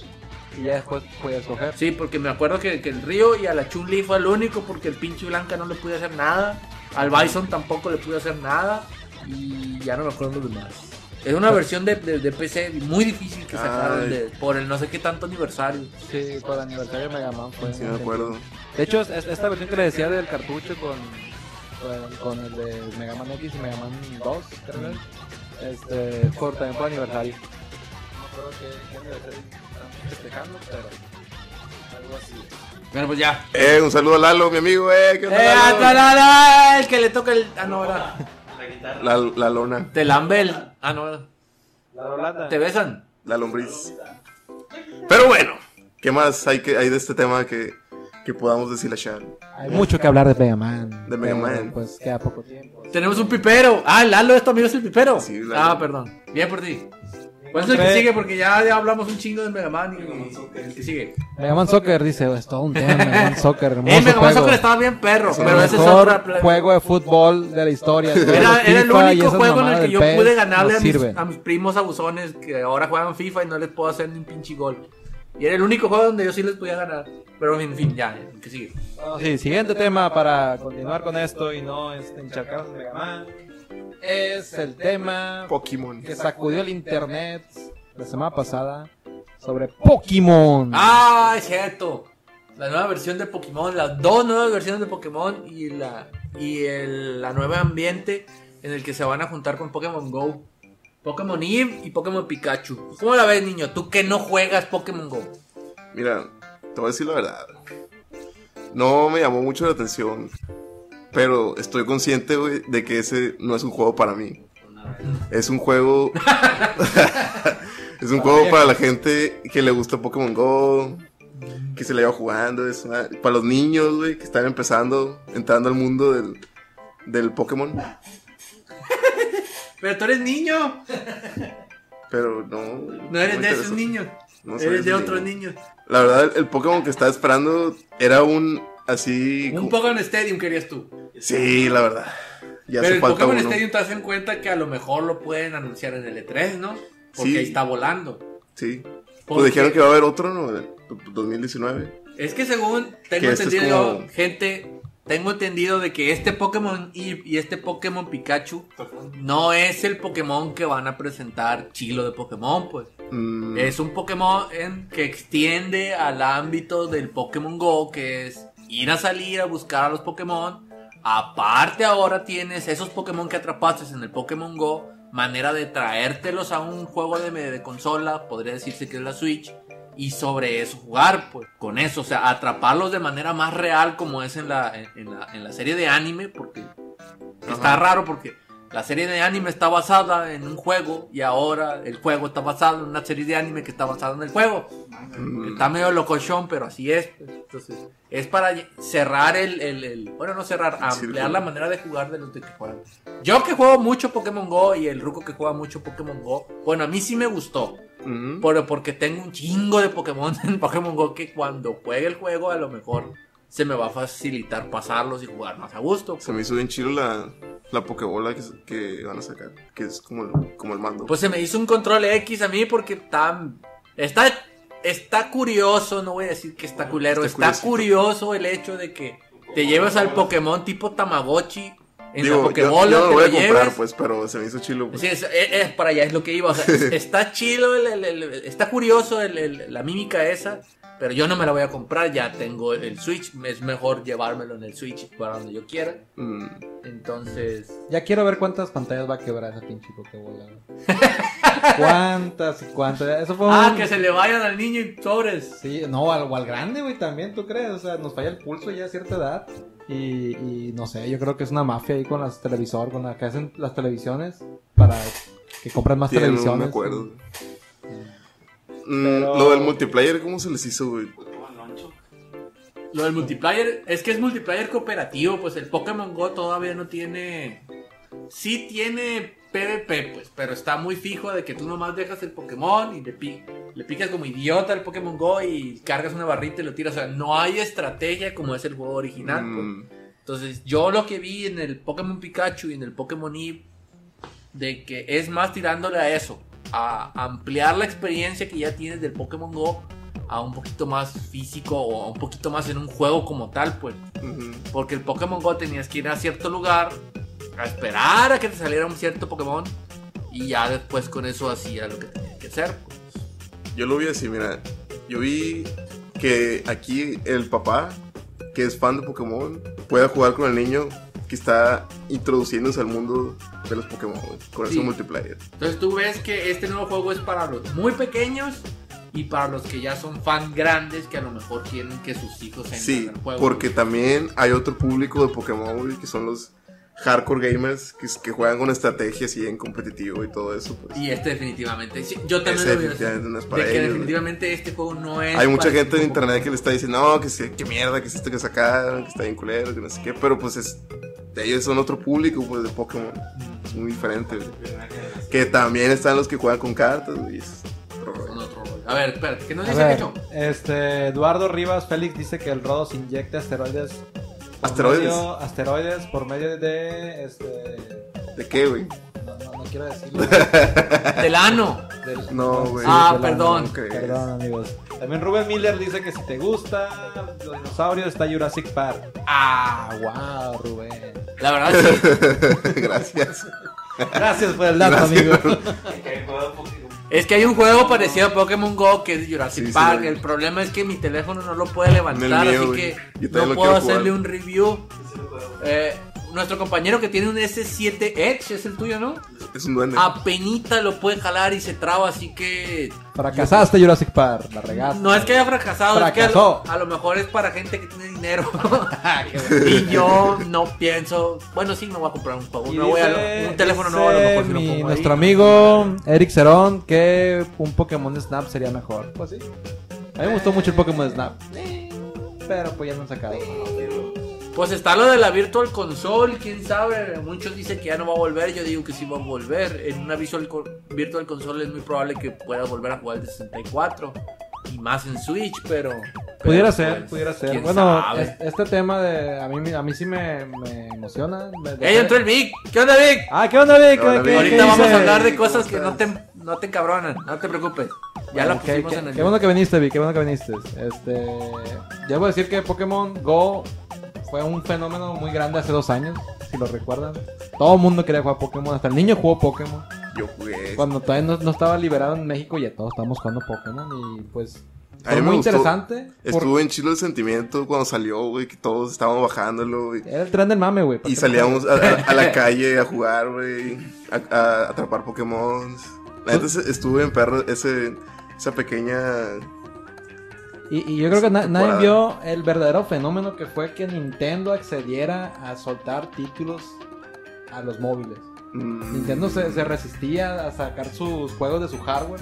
Y ya después puedes coger. Sí, porque me acuerdo que, que el Río y a la Chun-Li fue el único porque el pinche Blanca no le pude hacer nada. Al Bison tampoco le pude hacer nada. Y ya no me acuerdo de más. Es una versión de, de- de PC muy difícil que sacaron Ay. de- por el no sé qué tanto aniversario. Sí, por el aniversario de Mega Man fue. Sí, me acuerdo. De hecho, es- es- esta versión que le decía del cartucho con, con, con el de Mega Man X y Mega Man 2, creo que es, este, por, también por aniversario. No creo que qué aniversario están festejando, pero algo así. Bueno, pues ya. Eh, un saludo a Lalo, mi amigo, eh, ¿qué onda, ¡Eh, Lalo? hasta la- la- El que le toca el. Ah, no, ¿verdad? La guitarra. La, la lona, Te lambe el. Ah, no, ¿verdad? La Holanda. Te besan. la lombriz. Pero bueno, ¿qué más hay, que, hay de este tema que, que podamos decir a Sean? Hay mucho que hablar de Mega Man. De Mega pero, Man. Pues queda poco tiempo. Tenemos un pipero. Ah, Lalo, esto amigo es el pipero. Sí, Lalo. ah, perdón. Bien por ti. ¿Cuál es el que Encontré- sigue? Porque ya, ya hablamos un chingo de Mega Man y- y el que sigue. Mega Man Soccer dice, es todo un tema, Mega Man Soccer, hermoso Eh, Mega Man juego. Soccer estaba bien perro, el pero ese es mejor otra pla- juego de fútbol de la historia. Era, era el único juego en el que yo pude ganarle No a mis, sirve. a mis primos abusones que ahora juegan FIFA y no les puedo hacer ni un pinche gol. Y era el único juego donde yo sí les podía ganar. Pero en fin, ya, el que sigue. Sí, siguiente tema para continuar con esto y no este, encharcarnos en Mega Man es el tema Pokémon. que sacudió el internet la semana pasada sobre Pokémon. Ah, es cierto. La nueva versión de Pokémon, las dos nuevas versiones de Pokémon y la y el la nueva ambiente en el que se van a juntar con Pokémon Go. Pokémon Eve y Pokémon Pikachu. ¿Cómo la ves, niño? Tú que no juegas Pokémon Go. Mira, te voy a decir la verdad. No me llamó mucho la atención. Pero estoy consciente, güey, de que ese no es un juego para mí. Es un juego. es un juego para la gente que le gusta Pokémon Go. Que se le lleva jugando. Es una- Para los niños, güey, que están empezando, entrando al mundo del, del Pokémon. Pero tú eres niño. Pero no. güey, No eres me de esos interesó. niños. No soy eres de ese otros niño. niños. La verdad, el, el Pokémon que estaba esperando era un. Así. como- Un Pokémon Stadium querías tú. Sí, la verdad. Ya Pero hace el falta Pokémon uno. Stadium te hacen cuenta que a lo mejor lo pueden anunciar en el E3, ¿no? Porque Sí. ahí está volando. Sí. Porque- Pues dijeron que va a haber otro, ¿no? El 2019. Es que según tengo Que este es entendido, como- gente, tengo entendido de que este Pokémon Eve y este Pokémon Pikachu no es el Pokémon que van a presentar Chilo de Pokémon, pues. Mm, Es un Pokémon en- que extiende al ámbito del Pokémon Go, que es ir a salir a buscar a los Pokémon. Aparte ahora tienes esos Pokémon que atrapaste en el Pokémon Go, manera de traértelos a un juego de, de consola, podría decirse que es la Switch, y sobre eso jugar, pues, con eso, o sea, atraparlos de manera más real como es en la, en- en la, en la serie de anime, porque Está Ajá. raro porque la serie de anime está basada en un juego y ahora el juego está basado en una serie de anime que está basada en el juego. mm, Está medio locochón, pero así es. pues. Entonces, es para lle- cerrar el, el- el- Bueno, no cerrar, ampliar círculo. la manera de jugar de los de que juegan. Yo que juego mucho Pokémon Go y el Ruco que juega mucho Pokémon Go, bueno, a mí sí me gustó. mm. Pero porque tengo un chingo de Pokémon en Pokémon Go que cuando juegue el juego a lo mejor se me va a facilitar pasarlos y jugar más a gusto. Se me hizo bien chido la, la Pokébola que, que van a sacar. Que es como el, como el mando. Pues se me hizo un control X a mí porque tan está está curioso, no voy a decir que está culero, Está está, curioso el hecho de que te llevas al Pokémon tipo Tamagotchi en la Digo, yo, Pokébola, yo no te lo voy a lo comprar, llevas. pues, pero se me hizo chido. pues. Sí, es, es- es para allá es lo que iba. o sea, es- está chido, el- el- el- está curioso el- el- la mímica esa, pero yo no me la voy a comprar. Ya tengo el Switch, es mejor llevármelo en el Switch para donde yo quiera. Mm, Entonces, Ya quiero ver cuántas pantallas va a quebrar esa pinche Pokébola. güey. ¿Cuántas y cuántas? Eso fue ah, un- que se le vayan al niño y sobres. Sí, no, al, o al grande, güey, también, ¿tú crees? O sea, nos falla el pulso ya a cierta edad. Y, y no sé, yo creo que es una mafia ahí con las televisor, con las que hacen las televisiones. para que compren más Tiene, no televisiones. me acuerdo. Mm, Pero- Lo del multiplayer, ¿cómo se les hizo, güey? Lo del multiplayer, es que es multiplayer cooperativo, pues el Pokémon Go todavía no tiene. Sí tiene PvP, pues, pero está muy fijo de que tú nomás dejas el Pokémon y le, pi- le picas como idiota al Pokémon Go y cargas una barrita y lo tiras. O sea, no hay estrategia como es el juego original. pues. Mm, Entonces, yo lo que vi en el Pokémon Pikachu y en el Pokémon Eve, de que es más tirándole a eso, a ampliar la experiencia que ya tienes del Pokémon Go a un poquito más físico o a un poquito más en un juego como tal, pues. ujú. Porque el Pokémon Go tenías que ir a cierto lugar, a esperar a que te saliera un cierto Pokémon, y ya después con eso hacía lo que tenía que hacer. pues. Yo lo vi así, mira. Yo vi que aquí el papá, que es fan de Pokémon, pueda jugar con el niño que está introduciéndose al mundo de los Pokémon, güey, con Sí. ese multiplayer. Entonces tú ves que este nuevo juego es para los muy pequeños y para los que ya son fan grandes que a lo mejor quieren que sus hijos entren Sí, al juego. porque también hay otro público de Pokémon, güey, que son los hardcore gamers que, que juegan con estrategias y en competitivo y todo eso. pues. Y este definitivamente, sí, yo también Ese lo veo así, definitivamente no es de para que ellos, definitivamente este juego no es Hay mucha para gente en ese tipo de internet que le está diciendo, no, que, sí, que mierda, que es esto que sacaron, que está bien culero, que no sé qué, pero pues es, ellos son otro público pues, de Pokémon, es muy diferente. güey. Que también están los que juegan con cartas, güey. es otro juego, rollo. con otro rollo. A ver, espérate, ¿qué nos A dice ver, Nacho? este, Eduardo Rivas Félix dice que el Rodos inyecta asteroides. por ¿Asteroides? medio- asteroides por medio de. Este, ¿De qué, güey? no, no, no quiero decirlo. Del ano. del- No, güey. Ah, del- perdón. ¿Cómo crees? Perdón, amigos. También Rubén Miller dice que si te gusta los dinosaurios está Jurassic Park. Ah, Ah, wow, Rubén. la verdad sí. Gracias. Gracias por el dato, amigo. Que hay juego Pokémon. Es que hay un juego parecido a Pokémon Go que es Jurassic Sí, sí, Park. lo vi. el problema es que mi teléfono no lo puede levantar, En el mío, así güey. que Yo también no lo puedo quiero jugar. hacerle un review. Ese lo juego. Eh, nuestro compañero que tiene un S7 Edge, es el tuyo, ¿no? Es un duende. Ah, Apenita lo puede jalar y se traba, así que. Fracasaste Jurassic Park, la regaste. No es que haya fracasado, es que a Ah, Fracasó. Ah, lo, a lo mejor es para gente que tiene dinero. y yo no pienso. Bueno, sí, me voy a comprar un juego. Y nuevo, a dice- lo- un teléfono nuevo, a lo dice mejor si lo mi- pongo ahí. Nuestro amigo Eric Cerón que un Pokémon Snap sería mejor. Pues sí. A mí me gustó mucho el Pokémon Snap. Pero pues ya no han sacado. Pues está lo de la Virtual Console, quién sabe. Muchos dicen que ya no va a volver. Yo digo que sí va a volver. En una Visual Co- Virtual Console es muy probable que pueda volver a jugar el de 64. Y más en Switch, pero. Pudiera pero, ser, pues, pudiera ser. quién Bueno, sabe. es- este tema de a mí, a mí sí me, me emociona. Me- ¡Ey, entró el Vic! ¿Qué onda, Vic? Ah, ¿qué onda, Vic? Hola, ¿Qué- Vic. qué Ahorita dice? vamos a hablar de ¿Cómo cosas que no estás? te, no te cabronan, no te preocupes. Ya Bueno, la qué- pusimos qué- en el. Qué bueno que viniste, Vic, qué bueno que viniste. Este, debo decir que Pokémon Go fue un fenómeno muy grande hace dos años, si lo recuerdan. Todo el mundo quería jugar Pokémon, hasta el niño jugó Pokémon. Yo jugué. Cuando todavía no, no estaba liberado en México, ya todos estábamos jugando Pokémon y pues A fue mí me muy gustó. interesante. por- Estuvo en chilo el sentimiento cuando salió, güey, que todos estaban bajándolo, güey. Era el tren del mame, güey. ¿para Y qué salíamos a, a- a la calle a jugar, güey. A, a atrapar Pokémon. La neta se- estuve en perro ese, esa pequeña. Y, y yo creo que na- nadie Temporada. vio el verdadero fenómeno que fue que Nintendo accediera a soltar títulos a los móviles. mm, Nintendo se, se resistía a sacar sus juegos de su hardware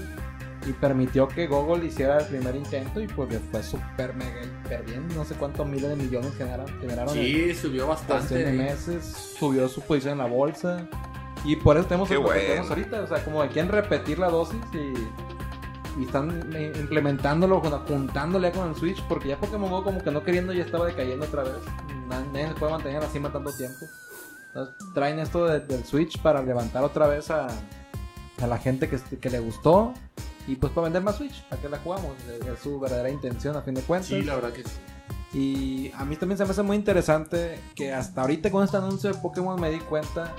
y permitió que Google hiciera el primer intento y pues le fue súper mega hiper bien. No sé cuántos miles de millones generaron, generaron en Sí, subió cuestión de bastante. meses, subió su posición en la bolsa y por eso tenemos Qué lo que bueno. tenemos ahorita. O sea, como que quieren repetir la dosis y, y están eh, implementándolo, con- juntándole ya con el Switch porque ya Pokémon Go como que no queriendo ya estaba decayendo otra vez. Na- Nadie se puede mantener en la cima tanto tiempo. Entonces, traen esto de- del Switch para levantar otra vez a, a la gente que, est- que le gustó y pues para vender más Switch, ¿a qué la jugamos? Es es su verdadera intención a fin de cuentas. Sí, la verdad que sí. Y a mí también se me hace muy interesante que hasta ahorita con este anuncio de Pokémon me di cuenta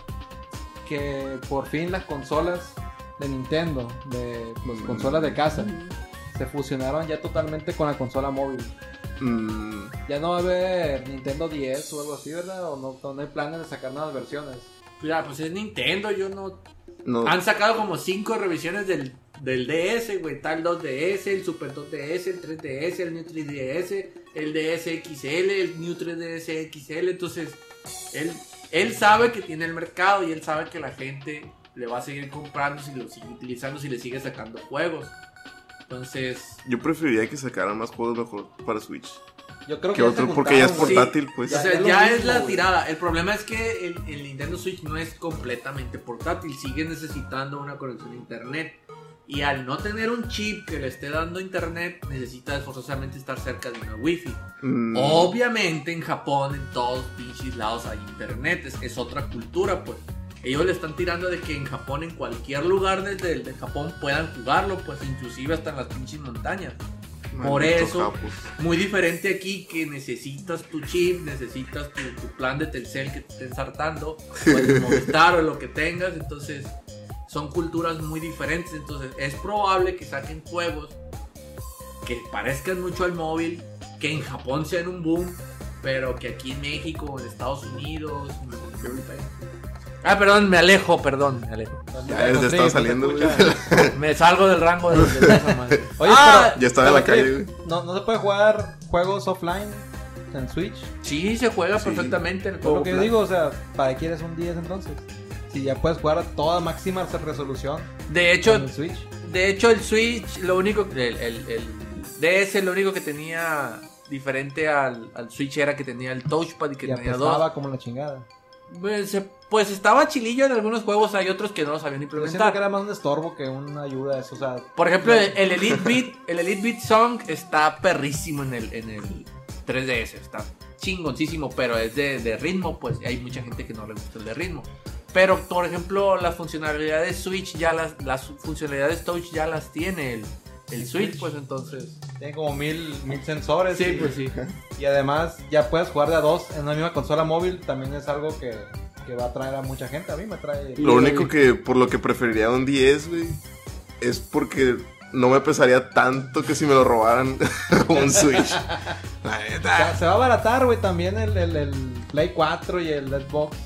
que por fin las consolas de Nintendo, de las Mm. consolas de casa, se fusionaron ya totalmente con la consola móvil. mm, Ya no va a haber Nintendo 10 o algo así, ¿verdad? O no, o no hay planes de sacar nuevas versiones. Mira, pues es Nintendo, yo no. no. Han sacado como 5 revisiones del, del DS, güey. Está el 2DS, el Super 2DS, el 3DS, el New 3DS, el DS XL, el New 3DS XL. Entonces, él, él sabe que tiene el mercado y él sabe que la gente le va a seguir comprando, si lo sigue utilizando, si le sigue sacando juegos. Entonces, Yo preferiría que sacaran más juegos mejor para Switch. Yo creo Que que ya se otro, porque ya es juntaron, sí. portátil, pues. o Ya- sea, es ya, lo mismo, es la güey. tirada. El problema es que el, el Nintendo Switch no es completamente portátil, sigue necesitando una conexión a internet. Y al no tener un chip que le esté dando internet, necesita forzosamente estar cerca de una wifi. Mm, Oh, Obviamente en Japón, en todos pinches lados hay internet, es, es otra cultura, pues. Ellos le están tirando de que en Japón, en cualquier lugar desde el de Japón puedan jugarlo, pues inclusive hasta en las pinches montañas. por maldito eso- Japos. Muy diferente aquí que necesitas tu chip, necesitas tu, tu plan de Telcel que te estén sartando, o el Movistar o lo que tengas, entonces son culturas muy diferentes, entonces es probable que saquen juegos que parezcan mucho al móvil, que en Japón sean un boom, pero que aquí en México, en Estados Unidos, en Europa- Ah, perdón, me alejo, perdón, me alejo. Entonces, Ya les Rodrigo, está te saliendo, güey. escucha. Me salgo del rango de, de esa madre. Oye, Ah, pero- Ya está de la pero, calle, Trip, No, no se puede jugar juegos offline en Switch. Sí, se juega Sí. perfectamente el Por juego lo que yo plan. digo, o sea, ¿para qué quieres un 10 entonces? Si ya puedes jugar a toda máxima resolución De en hecho, el Switch. De hecho, el Switch, lo único que. El, el- el DS, lo único que tenía diferente al, al Switch era que tenía el touchpad y que y tenía apestaba dos. como la chingada. Pues, se- pues estaba chilillo en algunos juegos, hay otros que no lo sabían Pero siento implementar. que era más un estorbo que una ayuda. Eso, o sea, Por ejemplo, el, el Elite Beat, el Elite Beat Song está perrísimo en el, en el 3DS, está chingoncísimo, pero es de, de ritmo, pues y hay mucha gente que no le gusta el de ritmo. Pero, por ejemplo, las funcionalidades Switch ya las, las funcionalidades Touch ya las tiene el, el Switch, pues entonces. tiene como mil, mil sensores. Sí, y, pues sí. y además, ya puedes jugar de a dos en una misma consola móvil. También es algo que, que va a atraer a mucha gente. A mí me atrae. Lo único que por lo que preferiría un 10, güey, es porque no me pesaría tanto que si me lo robaran un Switch. La O neta. sea, se va a abaratar, güey, también el, el- el Play 4 y el Xbox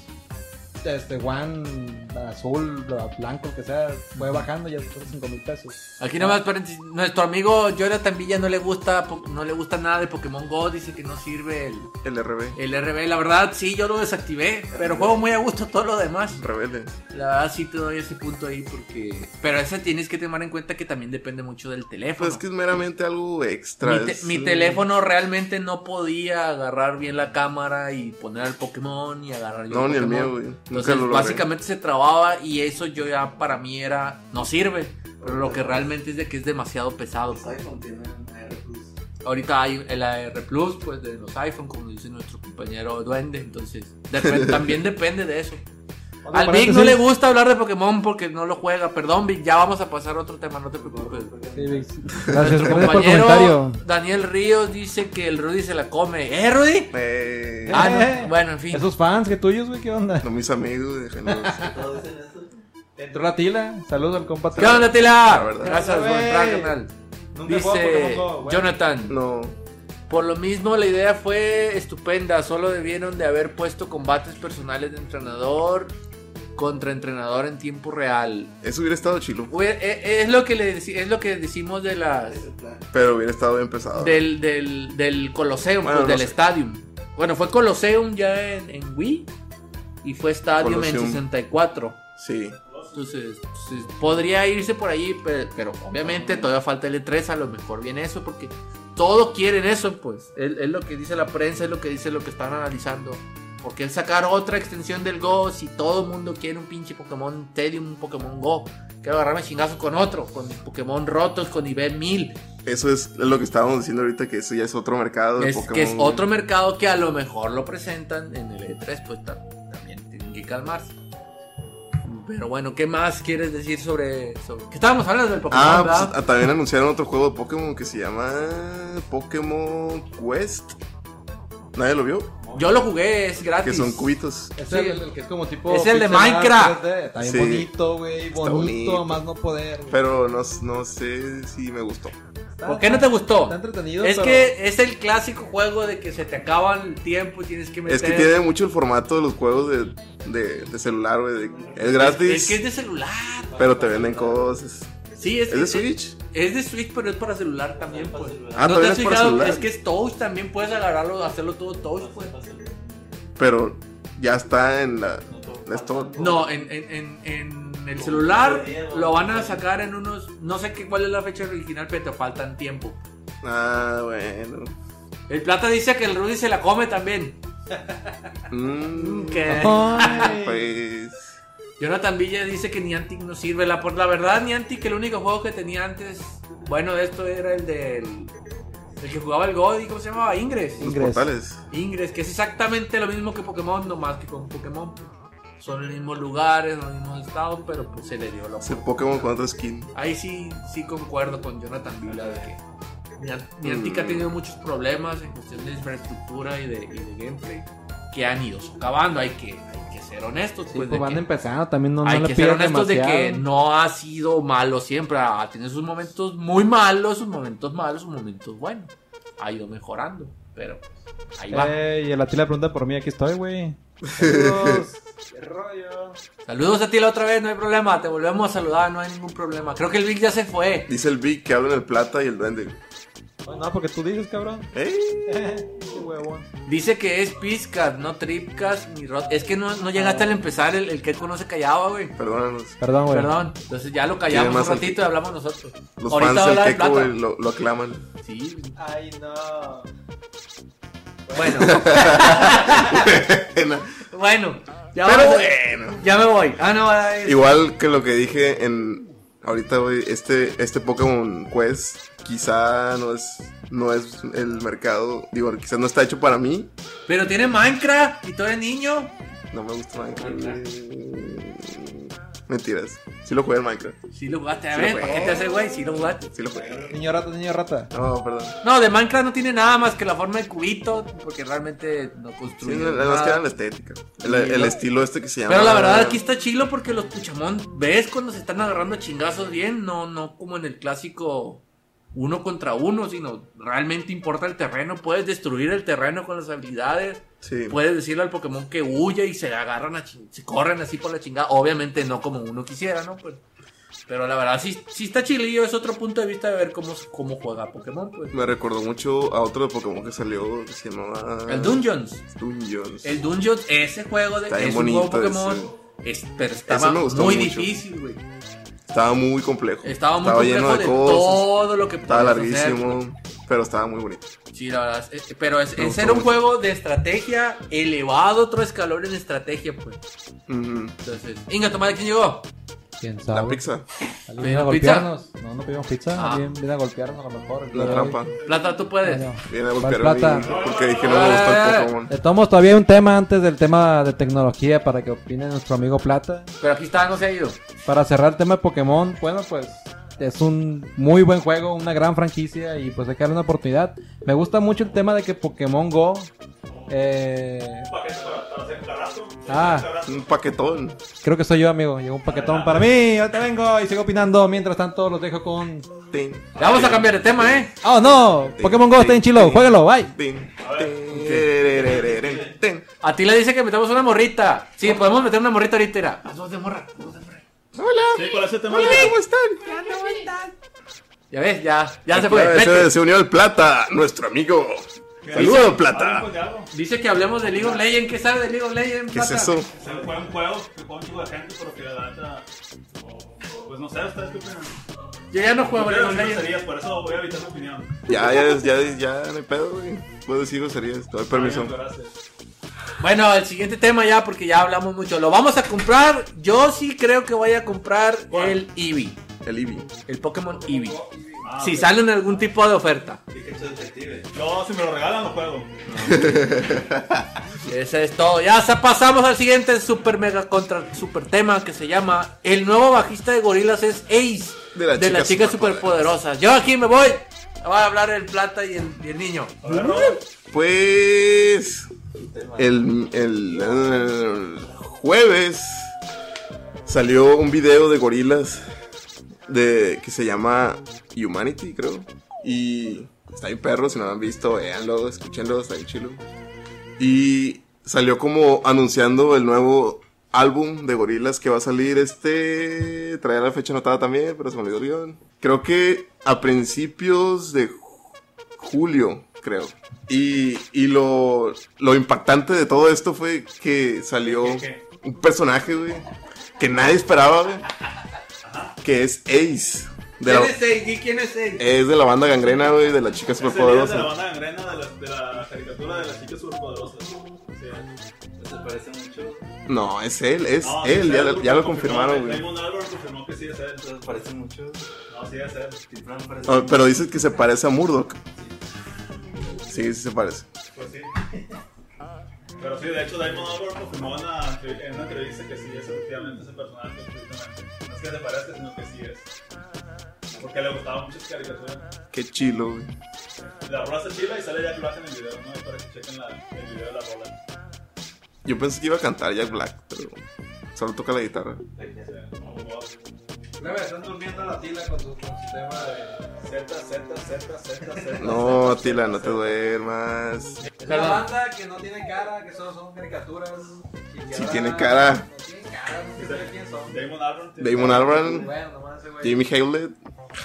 este One azul, bla- blanco, que sea, fue bajando ya son 5 mil pesos. Aquí nomás, paréntesis, nuestro amigo Jonathan Villa no le gusta po- no le gusta nada de Pokémon Go, dice que no sirve el, El RB. el RB. La verdad, sí, yo lo desactivé, pero juego muy a gusto todo lo demás. Rebelde. La verdad, sí te doy ese punto ahí porque... Pero ese tienes que tomar en cuenta que también depende mucho del teléfono. Pues es que es meramente algo extra. mi, te- es- mi teléfono realmente no podía agarrar bien la cámara y poner al Pokémon y agarrar yo No, el ni el Pokémon. mío, güey. Nunca Entonces, lo logré. básicamente se trababa y eso yo ya para mí era, no sirve. Pero lo que realmente es de que es demasiado pesado. pues. Los iPhone tienen AR Plus. Ahorita hay el AR Plus, pues de los iPhone, como dice nuestro compañero Duende. Entonces, depe- también depende de eso. Al Vic no le gusta hablar de Pokémon porque no lo juega. Perdón, Vic, ya vamos a pasar a otro tema, no te preocupes. Sí, Vix. Nuestro Gracias gracias por el compañero comentario. Daniel Ríos dice que el Rudy se la come. ¿Eh, Rudy? Eh, Ah, Eh. no. Bueno, en fin. Esos fans que tuyos, güey, ¿qué onda? no, mis amigos, déjenlos. ¿Todos dicen eso? Entró la tila, saludos al compa. ¿Qué onda, Tila? La verdad. Gracias por entrar, canal. Dice Jonathan. No. Por lo mismo, la idea fue estupenda. Solo debieron de haber puesto combates personales de entrenador contra entrenador en tiempo real. Eso hubiera estado chilo. Hue- e- Es lo que, le deci- es lo que decimos de las, Ese plan. Pero hubiera estado bien pesado. del, del, del Colosseum, Bueno, pues, no del sé. Stadium. Bueno, fue Colosseum ya en, en Wii y fue Stadium en Colosseum. 64. Sí. Entonces, pues, podría irse por ahí, pe- pero, obviamente todavía falta el E3, a lo mejor viene eso, porque todos quieren eso, pues. Es, es lo que dice la prensa, es lo que dice lo que están analizando. Porque el sacar otra extensión del Go, si todo el mundo quiere un pinche Pokémon Stadium, un Pokémon Go, quiero agarrarme chingazo con otro, con mis Pokémon rotos, con nivel 1000. Eso es lo que estábamos diciendo ahorita, que eso ya es otro mercado de Es Pokémon. que es otro mercado que a lo mejor lo presentan en el E3, pues ta- también tienen que calmarse. Pero bueno, ¿qué más quieres decir sobre, sobre... que estábamos hablando del Pokémon, Ah, ¿verdad? pues, ah, también anunciaron otro juego de Pokémon que se llama Pokémon Quest. ¿Nadie lo vio? Yo lo jugué, es gratis. ah, Que son cubitos. Es Sí. el, el que es como tipo. Es el de pixel art Minecraft. 3D. Está bien Sí. bonito, güey. Bonito, bonito. más no poder. güey. Pero no, no sé si me gustó. Está- ¿Por qué no te gustó? Está entretenido. Es pero- que es el clásico juego de que se te acaba el tiempo y tienes que meter... Es que tiene mucho el formato de los juegos de, de- de celular, güey. de- Es gratis, Es que es de celular. pero te venden cosas. Sí, es, ¿Es de Switch? Es de Switch, pero es para celular también, Para pues. celular. Ah, ¿No te también has es para fijado? celular. Es que es touch, también puedes agarrarlo, hacerlo todo touch, pues. Para celular. Pero ya está en la... No todo. Es todo. No, en, en, en, en en el celular lo van a sacar en unos. No sé qué, cuál es la fecha original, pero te faltan tiempo. Ah, bueno. El plata dice que el Rudy se la come también. Mm, Que Pues. Jonathan Villa dice que Niantic no sirve. La, por la verdad, Niantic, el único juego que tenía antes. Bueno, de esto era el del. El que jugaba el God y ¿cómo se llamaba? Ingres. Los Ingres. portales. Ingres, que es exactamente lo mismo que Pokémon, nomás que con Pokémon. Son los mismos lugares, los mismos estados, pero pues se le dio la Es el Pokémon con otra skin. Ahí sí, sí concuerdo con Jonathan Vila de que Nian- Niantic Mm. ha tenido muchos problemas en cuestión de infraestructura y de, y de gameplay que han ido socavando. Hay que, hay que ser honestos. Sí, pues, pues, de van que- empezando, también no, no hay le que ser piden honestos de que demasiado. no ha sido malo siempre. Ha tenido sus momentos muy malos, sus momentos malos, sus momentos buenos. Ha ido mejorando, pero pues, ahí va. Eh, y el Atila pregunta por mí, aquí estoy, güey. Saludos. ¿Qué rollo? Saludos a ti la otra vez, no hay problema. Te volvemos a saludar, no hay ningún problema. Creo que el Vic ya se fue. Dice el Big que hablan el plata y el duende. Pues no, porque tú dices, cabrón. ¡Ey! Qué huevón. Dice que es Piscas, no Tripcas ni Rot. Es que no, no llegaste Ah. al empezar el, el que él conoce callaba, güey. Perdónanos. Perdón, güey. Perdón, entonces ya lo Tiene callamos un más al- ratito y hablamos nosotros. Los Ahorita fans habla del de Keiko plata. güey, lo, lo aclaman. Sí. Ay, no. Bueno, Pena. bueno. Ya, Pero vamos a- bueno. ya me voy. Ah, no, ahora es- Igual que lo que dije en. Ahorita, güey, este, este Pokémon Quest quizá no es, no es el mercado. Digo, quizá no está hecho para mí. Pero tiene Minecraft y tú eres niño. No me gusta Minecraft. Mentiras. Sí lo jugué en Minecraft. Sí lo jugaste, a Sí lo ver, jugué. ¿para qué te hace güey? Sí lo jugaste. Sí lo jugué. Niño rata, niño rata. No, perdón. No, de Minecraft no tiene nada más que la forma de cubito, porque realmente no Sí, construye. nada más que era la estética. El, el estilo este que se llama. Ah. Pero la verdad aquí está chilo porque los Puchamón, ves cuando se están agarrando a chingazos bien, no, no como en el clásico uno contra uno, sino realmente importa el terreno, puedes destruir el terreno con las habilidades, Sí. puedes decirle al Pokémon que huya y se agarran a chin- se corren así por la chingada, obviamente no como uno quisiera, ¿no? Pues, pero la verdad sí, sí está chilillo, es otro punto de vista de ver cómo, cómo juega Pokémon, pues. Me recordó mucho a otro Pokémon que salió que se llamaba. El Dungeons. Dungeons. El Dungeon, ese juego de Ah. Está bien es un juego bonito Pokémon. Es, pero Ese estaba me gustó muy mucho. difícil, güey. Estaba muy complejo. Estaba muy complejo lleno de, de, cosas. todo lo que Estaba podías hacer, larguísimo. Pero estaba muy bonito. güey. Sí, la verdad. es- eh, pero es, Me ese gustó era un mucho. juego de estrategia elevado, otro escalón en estrategia, pues. Ujú. Entonces, Inga, toma de quién llegó. ¿Quién sabe? La pizza. ¿Alguien viene a ¿Pedimos pizza? golpearnos? No, no pedimos pizza. Ah. Alguien viene a golpearnos a lo mejor. el día La de trampa. hoy. Plata, tú puedes. Bueno, Viene a Pal golpear plata. Porque dije no me gusta el Pokémon. De todos modos, todavía hay un tema antes del tema de tecnología para que opine nuestro amigo Plata. Pero aquí está, no se ha ido. Para cerrar el tema de Pokémon, bueno, pues es un muy buen juego, una gran franquicia y pues hay que darle una oportunidad. Me gusta mucho el tema de que Pokémon Go... Eh... Ah, Un paquetón. creo que soy yo, amigo. Llegó un paquetón para mí. Ahorita vengo y sigo opinando. Mientras tanto, los dejo con... Tin, Ya vamos a cambiar de tema, ¿eh? ¡Oh, no! Pokémon Go está en chilo. Juéguelo, bye. tin, tin, tererereren, tin. A ti le dice que metamos una morrita. Sí, podemos meter una morrita ahorita. era. Las dos de morra. las dos de morra. Sí, con ese tema. ¿Cómo están? Ya ves, ya, ya Claro, se fue. ese- Vete. Este Se unió el Plata, nuestro amigo. Saludos, pues, Plata. Dice que hablemos de League of Legends. ¿Qué sabe de League of Legends? ¿Qué es Plata? eso? Se fue un juego que fue un chico de gente, pero que la data. Pues no sé, ustedes qué opinan. Yo ya no juego League Pero of no Legends. serías, por eso voy a evitar mi opinión. Ya, ya, ya, ya, no hay pedo, güey. Puedo decir groserías, te doy permiso. Gracias. Bueno, el siguiente tema ya, porque ya hablamos mucho. Lo vamos a comprar. Yo sí creo que voy a comprar el Eevee. El Ibi. El Pokémon Eevee. Ah, Si ok. sale en algún tipo de oferta. Yo, si me lo regalan, lo juego. Ese es todo. Ya sa- pasamos al siguiente super mega contra super tema que se llama El nuevo bajista de gorilas es Ace. De De la, las chicas chica superpoderosas. superpoderosa. Yo aquí me voy. Va a hablar el plata y el, y el niño. A ver, Robert, Pues. El, el, el jueves salió un video de gorilas de, que se llama Humanity, creo. Y está bien perro, si no lo han visto, véanlo, escúchenlo, está bien chilo. Y salió como anunciando el nuevo álbum de gorilas que va a salir este... Traía la fecha anotada también, pero se me olvidó el guión. Creo que a principios de julio, creo. Y, y lo, lo impactante de todo esto fue que salió ¿Qué, qué, un personaje, güey, que nadie esperaba, güey, que es Ace. De ¿Quién la, Eh. es Ace? ¿Y quién es Ace? es de la banda gangrena, güey, de las chicas Ese día es de la superpoderosas. banda gangrena de la, de la caricatura de las chicas superpoderosas. Sí. Se parece mucho. No, es él, es No, sí él, es ya, él, lo- porque ya lo confirmó, confirmaron, güey. Damon Albarn confirmó que sí es él. Se parece mucho. No, sí es él. Sí, Fran parece No, mucho. pero dices que se parece a Murdoch. Sí, sí se parece. Pues sí. Pero sí, de hecho, Damon Albarn confirmó en una, en una entrevista que sí es efectivamente ese personaje. Justamente. No es que se parezca, sino que sí es. Porque le gustaban muchas caricaturas. Qué chilo, güey. La rola se chila y sale Jack Black en el video, ¿no? Para que chequen la, el video de la rola. Yo pensé que iba a cantar Jack Black, pero solo toca la guitarra. O sea, oh, wow. Leve, están durmiendo la tila con su, con su tema de... Z, Z, Z, Z, Z. No, Tila, no te duermas. Es Perdón. una banda que no tiene cara, que solo son caricaturas. y que Sí ahora tiene cara. No tiene cara, no sé de quién son. Damon Albarn. tiene- Damon Albarn, Bueno, nomás ese güey. Jimmy Howlett,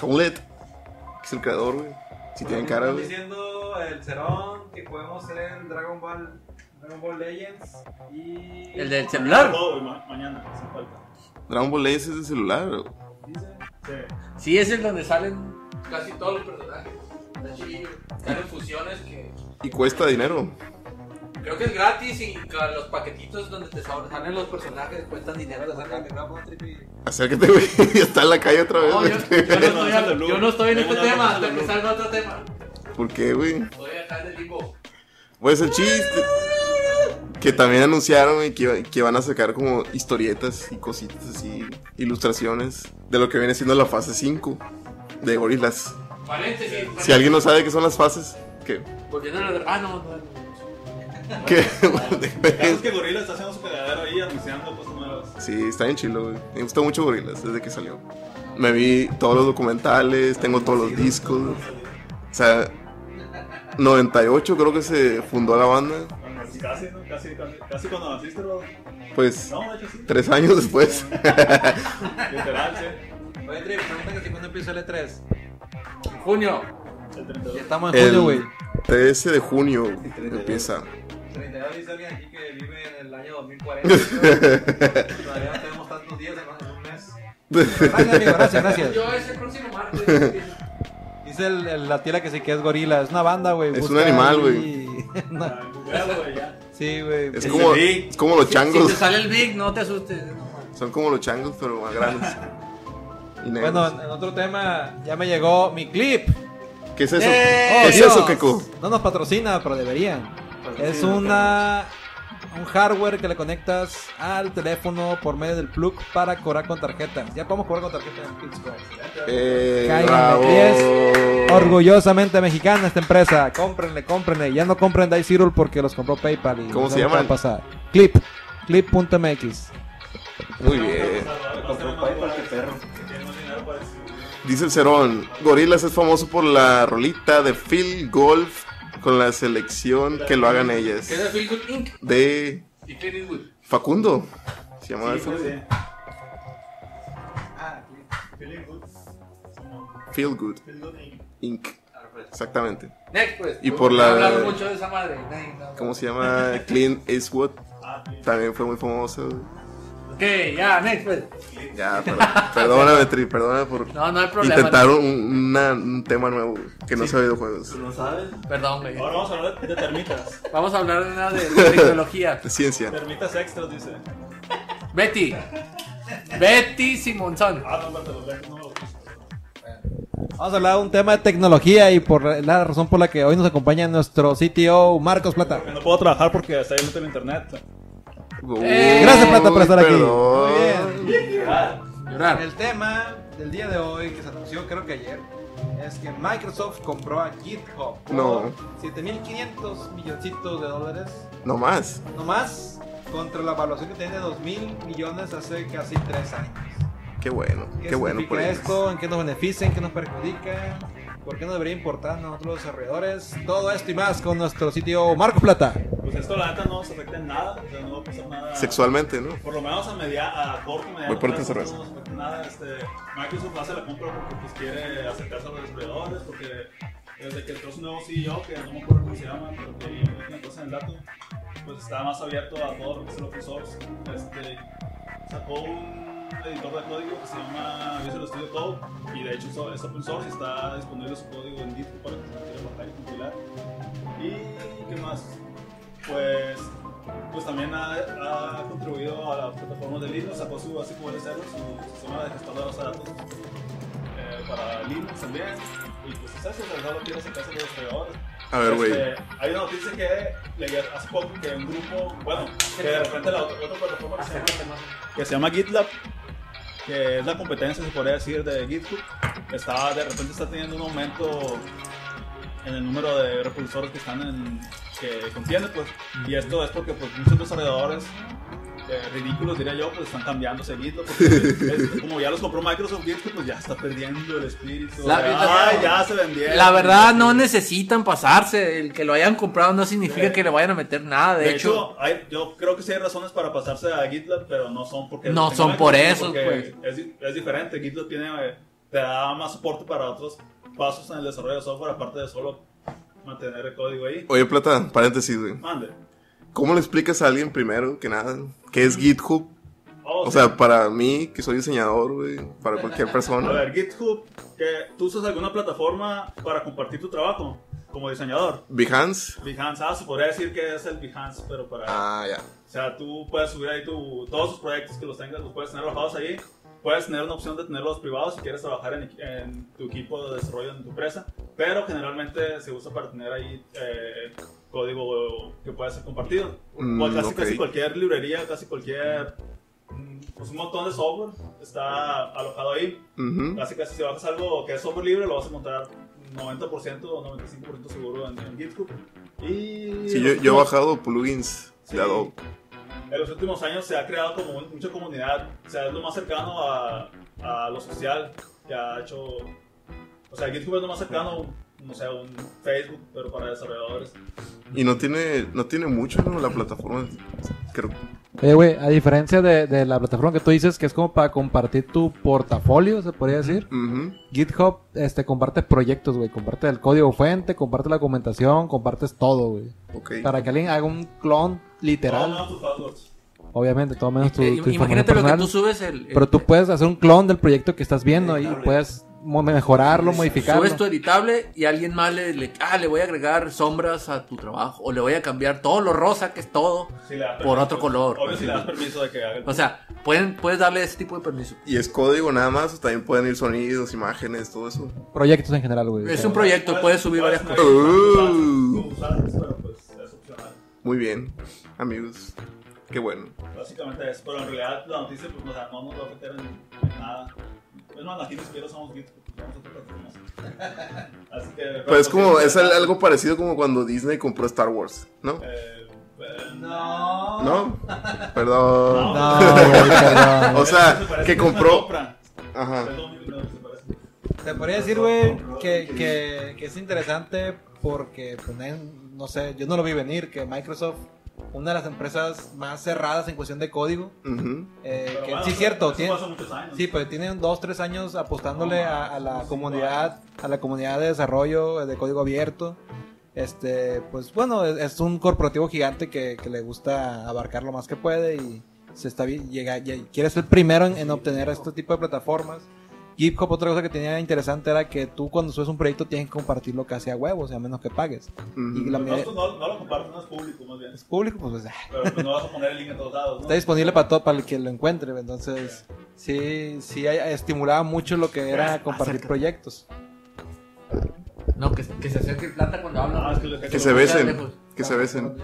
Howlett, que es el creador, güey. Si tienen cara, Están güey. diciendo el Cerón que podemos ser Dragon Ball, Dragon Ball Legends y... El del celular. Todo, güey, ma- mañana, sin falta. Dragon Ball Legends es de celular, güey. Sí. Sí, es el donde salen casi todos los personajes. Está chillo. Salen fusiones que Y cuesta dinero. creo que es gratis y ca- los paquetitos donde te sal- salen los personajes cuestan dinero. Pero saca el micrófono, Tripi. Acércate, güey. Está en la calle otra vez, No, yo, güey. Este, yo no No, estoy, es el de Blue. yo no estoy en Tengo este una tema cosa hasta de que Blue. salga otro tema. ¿Por qué, güey? Estoy acá en el limbo. Pues el chiste. Que también anunciaron güey, que, iba- que van a sacar como historietas y cositas así, ilustraciones de lo que viene siendo la fase 5 de Gorilas. Paréntesis. paréntesis. Si alguien no sabe qué son las fases, que. Volviendo a la. Ah, no, no. que El caso es que Gorilla está haciendo su cagadero ahí anunciando cosas nuevas. sí, está bien chilo, güey. Me gusta mucho Gorilas desde que salió. Me vi todos los documentales, tengo todos los discos. O sea, 98 creo que se fundó la banda. Casi, ¿no? Casi, casi, casi cuando naciste, bro. Pues No, de hecho sí. tres años después. Literal, sí. Oye, Tripi, pregunta que si cuando empieza el E3. En junio. El Ya 32. estamos en julio, güey. El 13 de junio empieza. 32 dice alguien aquí que vive en el año 2040. creo. Todavía no tenemos tantos días, hermano, en un mes. Gracias, amigo, gracias, gracias. Yo es el próximo martes. Dice el, el- la tira que sí que es gorila. Es una banda, güey. Es busca un animal, ahí- Ah, en Google, güey, ya. sí, güey. Es como, es como los Si te changos. sale el Big, no te asustes. Son como los changos, pero más grandes. Y negros. Bueno, en en otro tema, ya me llegó mi clip. ¿Qué es eso? ¡Eh! ¿Qué es Dios! eso, Keiko? No nos patrocina, pero deberían. Es una un hardware que le conectas al teléfono por medio del plug para cobrar con tarjeta. Ya podemos cobrar con tarjeta en Pittsburgh. Eh, Cáiganme, bravo. diez. Orgullosamente mexicana esta empresa. Cómprenle, cómprenle. Ya no compren Dice Zero porque los compró PayPal. Y ¿Cómo no se les va a llaman? pasar. Clip. Clip.mx. Muy bien. Compró PayPal, qué perro. Dice el Cerón, Gorilas es famoso por la rolita de Phil Golf con la selección que lo hagan ellas. Que es el Feel Good Inc. De y Clint Eastwood. Facundo. Se llamaba Sí, el pues, Facundo. sí. Ah, Feeling good. Feel Good Feel good in- Inc. Exactamente. Next, pues. Y por la- Hablaron mucho de esa madre. Nadie- no. ¿Cómo se llama? Clint Eastwood. Ah, sí. También fue muy famoso. Ok, ya, next, pues. Ya, per- perdóname, Tri, perdóname por No, no hay problema. intentar un, una- un tema nuevo que no sea videojuegos. ¿Tú no sabes? Perdón, güey. Ahora vamos a hablar de termitas. Vamos a hablar de una de, de tecnología. De ciencia. Termitas extras, dice. Betty. Betty Simonson. Ah, no, pero los viajes no me los Vamos a hablar de un tema de tecnología y por la razón por la que hoy nos acompaña nuestro CTO Marcos Plata. Porque no puedo trabajar porque está ahí el internet. Gracias, Plata, por estar aquí. perdón. Llorar. El tema del día de hoy que se anunció creo que ayer es que Microsoft compró a GitHub por No. 7500 milloncitos de dólares No más. nomás contra la evaluación que tenía de 2000 millones hace casi 3 años. Qué bueno, ¿Qué, qué bueno por significa ellos. esto? ¿En qué nos beneficia? ¿En qué nos perjudica? ¿Por qué nos debería importar a nosotros los desarrolladores? Todo esto y más con nuestro sitio Marcos Plata. Pues esto, la neta, no nos afecta en nada. O sea, no va a pasar nada. Sexualmente, ¿no? Por lo menos a media, a corto, mediano Voy por plazo, otra cerveza. no nos afecta nada, este, Microsoft hace la compra porque pues, quiere acercarse a los desarrolladores, E porque desde que entró su nuevo CEO, que no me acuerdo cómo se llama, pero que ahí me meten cosas en el dato, pues estaba más abierto a todo lo que es el open source. Este, sacó un editor de código que se llama Visual Studio Code y de hecho eso- es open source y está disponible su código en GitHub para que se lo quieran bajar y compilar. ¿Y qué más? Pues, pues también ha, ha contribuido a las plataformas de Linux, sacó su así como el server, su sistema de gestión de los datos eh, para Linux también. Y pues ¿sabes? en realidad lo quiere sacarse de los creadores. A ver, güey. Este, hay una noticia que leí hace poco que un grupo, bueno, que de repente la otra, otra plataforma que se, llama, que se llama GitLab, que es la competencia, se podría decir, de GitHub, está, de repente está teniendo un aumento en el número de repulsores que están en, que contiene, pues, y esto es porque pues, muchos desarrolladores eh, ridículos, diría yo, pues están cambiando seguido, porque es- como ya los compró Microsoft GitHub, pues ya está perdiendo el espíritu, La- de, la- "Ay, ya se vendieron. La verdad, no necesitan pasarse. El que lo hayan comprado no significa Sí. que le vayan a meter nada. De, De hecho, hecho, hay- yo creo que sí hay razones para pasarse a GitLab, pero no son porque... No tengan son la por cultura, eso, porque pues. Es, di- es diferente, GitLab tiene, eh, te da más soporte para otros pasos en el desarrollo de software, aparte de solo mantener el código ahí. Oye, Plata, paréntesis, güey. Mande. ¿Cómo le explicas a alguien primero que nada qué es GitHub? Oh, O sí. sea, para mí, que soy diseñador, güey, para cualquier a persona. ver, GitHub, que tú usas alguna plataforma para compartir tu trabajo como diseñador. Behance. Behance, ah, se podría decir que es el Behance, pero para... Ah, ya. O sea, tú puedes subir ahí tu, todos tus proyectos que los tengas, los puedes tener bajados ahí. Puedes tener una opción de tenerlos privados si quieres trabajar en, equi- en tu equipo de desarrollo en tu empresa, pero generalmente se usa para tener ahí eh, código que pueda ser compartido. Mm, O casi, casi ok. cualquier librería, casi cualquier. mm, Pues un montón de software está alojado ahí. Ujú. Casi casi si bajas algo que es software libre, lo vas a encontrar 90% o 95% seguro en, en GitHub. Y Sí, yo, yo he Nosotros- bajado plugins Sí. de Adobe. en los últimos años se ha creado como un- mucha comunidad, o sea, es lo más cercano a, a lo social que ha hecho, o sea, GitHub es lo más cercano, no sé, a un Facebook, pero para desarrolladores. Y no tiene, no tiene mucho, ¿no? La plataforma. Creo. Oye, güey, a diferencia de, de la plataforma que tú dices que es como para compartir tu portafolio, se podría decir. Ujú. GitHub este, comparte proyectos, güey. Comparte el código fuente, comparte la documentación, compartes todo, güey. Ok. Para que alguien haga un clon literal. Todos tus passwords. Obviamente, todo menos tu, tu eh, información imagínate lo que personal. tú subes el. el- Pero tú puedes hacer un clon del proyecto que estás viendo y puedes mo- mejorarlo, modificarlo. Subes tu editable y alguien más le, le- ah, le voy a agregar sombras a tu trabajo. O le voy a cambiar todo lo rosa, que es todo, Si le das por permiso. otro color. Pues, Obvio, si le das permiso de que haga el... O sea, pueden, puedes darle ese tipo de permiso. ¿Y es código nada más? ¿O también pueden ir sonidos, imágenes, todo eso? Proyectos en general, güey. Es un proyecto, puedes subir varias tener cosas. Uh. tus passwords, pero pues es opcional. Muy bien, amigos. Qué bueno. Básicamente es, pero en realidad la noticia pues, o sea, no nos va a afectar en, en nada. Es más, aquí ni siquiera somos GitHub, somos otra plataforma. Así que... Pero Pues, es como, es al- algo algo parecido como cuando Disney compró Star Wars, ¿no? Eh, eh, No. ¿No? Perdón. No, güey, perdón. O sea, que compró. Compra. Ajá. Es lo único que no se parece. Se podría decir, güey, que, que, que es interesante porque, pues, nadie- no sé, yo no lo vi venir, que Microsoft, una de las empresas más cerradas en cuestión de código, Ujú. eh, Pero que bueno, sí es cierto, eso tiene, pasó muchos años. sí, pero tienen dos, tres años apostándole a, a la comunidad, a la comunidad de desarrollo eh, de código abierto. Este, pues bueno, es, es un corporativo gigante que, que le gusta abarcar lo más que puede y se está bien, llega, ya- quiere ser primero en, en obtener este tipo de plataformas. GitHub, otra cosa que tenía interesante era que tú cuando subes un proyecto tienes que compartirlo casi a huevos, a menos que pagues. Y Ujú. la No, mayoría- esto no, no lo comparto, no es público más bien. es público, pues, pues Pero pues, no vas a poner el link en todos lados, ¿no? está disponible para todo, para el que lo encuentre. Entonces, sí, sí hay- estimulaba mucho lo que era compartir Acércate. proyectos. No, que, que se acerque el plata cuando habla. Ah, es que lo- Que se besen. Que se besen.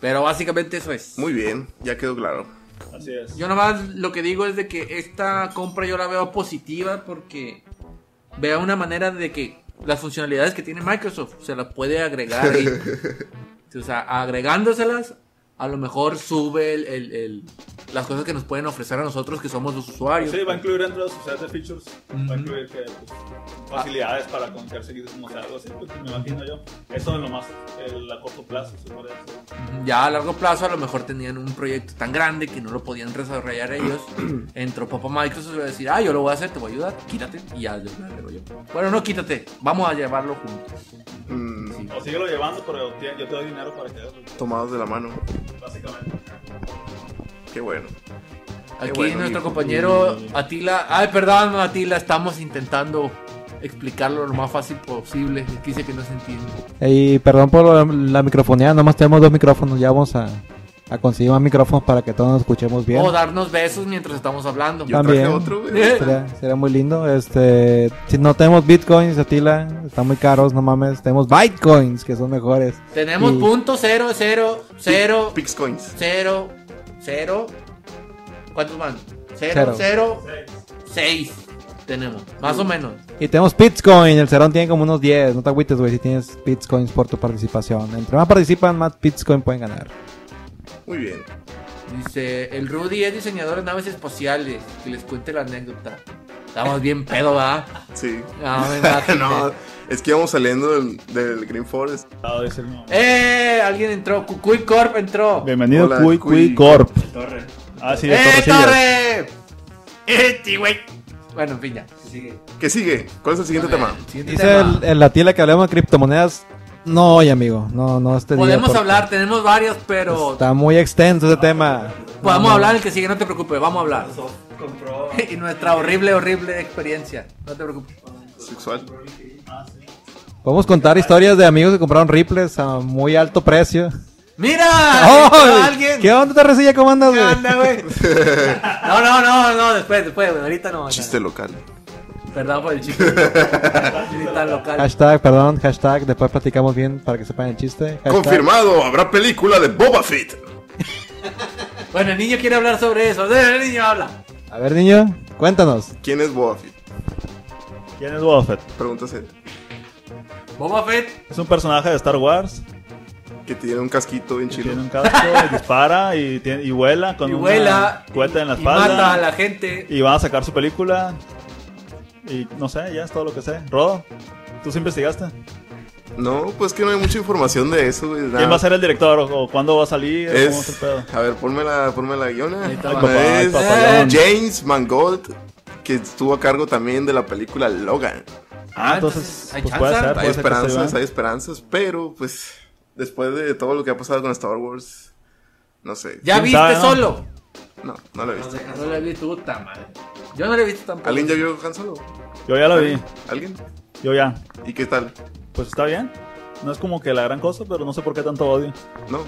Pero básicamente eso es. Muy bien, ya quedó claro. Así es. Yo nomás lo que digo es de que esta compra yo la veo positiva porque veo una manera de que las funcionalidades que tiene Microsoft se las puede agregar ahí. o sea, agregándoselas, a lo mejor sube el, el- el- las cosas que nos pueden ofrecer a nosotros que somos los usuarios. Sí, va a incluir entre los set de features, va a incluir que, pues, facilidades para conectar seguidos como sea, algo así, pues, me imagino yo. Eso es lo más el, a corto plazo, se puede decir. Ya a largo plazo a lo mejor tenían un proyecto tan grande que no lo podían desarrollar ellos. Entró papá Microsoft y va a decir, ah, yo lo voy a hacer, te voy a ayudar, quítate. Y ya yo me arreglo yo. Bueno, no quítate, vamos a llevarlo juntos. Mm, O síguelo llevando, pero tía, yo te doy dinero para que hagas lo- tomados de la mano. básicamente. Qué bueno. Aquí bueno, nuestro viejo. compañero Atila, ay, perdón Atila, estamos intentando explicarlo lo más fácil posible. Es que dice que no se entiende. Y perdón por la, la microfonía, nomás tenemos dos micrófonos, ya vamos a, a conseguir más micrófonos para que todos nos escuchemos bien. O darnos besos mientras estamos hablando. Yo También. traje otro, güey. Eh. Sería, sería muy lindo. Este, si no tenemos bitcoins, Atila, están muy caros, no mames. Tenemos bitcoins, que son mejores. Tenemos Y- punto cero, cero, cero, Pixcoins. cero, cero. ¿Cuántos van? Cero, Cero. cero, seis. Tenemos, más o menos. Y tenemos Bitcoin, el Cerón tiene como unos 10. No te agüites, güey, si tienes Bitcoins por tu participación. Entre más participan, más Bitcoin pueden ganar. Muy bien. Dice, el Rudy es diseñador de naves espaciales. Que les cuente la anécdota. Estamos bien pedo, ¿verdad? Sí. No, me imagino. no, es que íbamos saliendo del, del Green Forest. Dado de decir, no. ¡Eh! Alguien entró. Cucuy Corp entró. Bienvenido Hola, a Cuy Cuy. Cuy Corp. Torre. Ah, sí, de ¡Eh, Torrecillas. Torre! ¡Eh, ti, güey! Bueno, en fin, ya. Sigue. ¿Qué sigue? ¿Cuál es el siguiente A ver, tema? siguiente Dice tema. el, el Atila que hablemos de criptomonedas. No, oye, amigo, no, no. Este día, Podemos porque hablar, tenemos varias, pero Está muy extenso ese tema. podemos hablar el que sigue, no te preocupes, vamos a hablar. Microsoft compró. Y nuestra horrible, horrible experiencia. No te preocupes. Sexual. Podemos contar historias de amigos que compraron riples a muy alto precio. ¡Mira! ¡Ay! ¡Entró alguien! ¿Qué onda, Torrecilla? ¿Cómo andas, ¿Qué güey? onda, güey? No, no, no, no, después, después, güey, ahorita no. Chiste local. Perdón por el chiste. Ni tan local. Hashtag, perdón, hashtag, después platicamos bien para que sepan el chiste. Hashtag. Confirmado, habrá película de Boba Fett. Bueno, el niño quiere hablar sobre eso. El niño habla. A ver, niño, cuéntanos. ¿Quién es Boba Fett? ¿Quién es Boba Fett? Pregúntase. Boba Fett. Es un personaje de Star Wars. Que tiene un casquito bien que chido. Tiene un casco, y dispara y, tiene- y vuela con Y un vuela. cohete y- en la y mata a espalda. la gente. Y van a sacar su película. Y no sé, ya es todo lo que sé. Rodo, ¿tú sí investigaste? No, pues que no hay mucha información de eso, güey. nada. ¿Quién va a ser el director? ¿O o cuándo va a salir? ¿Cómo es el Es... pedo? A ver, ponme la, ponme la guiona. Ahí está, Ay, va. papá, ay, Es- papayón. James Mangold, que estuvo a cargo también de la película Logan. Ah, entonces, entonces, ¿hay pues chance? puede ser, Hay puede ser que se esperanzas, vea. hay esperanzas, pero pues después de todo lo que ha pasado con Star Wars, no sé. ¿Ya ¿Quién viste sabe, no? solo? No, no lo he Nos visto. dejan No la he visto, puta madre. Yo no la he visto tampoco. ¿Alguien ya vio Han Solo? Yo ya lo vi, ¿Alguien? yo ya. ¿Y qué tal? Pues está bien. No es como que la gran cosa, pero no sé por qué tanto odio. No,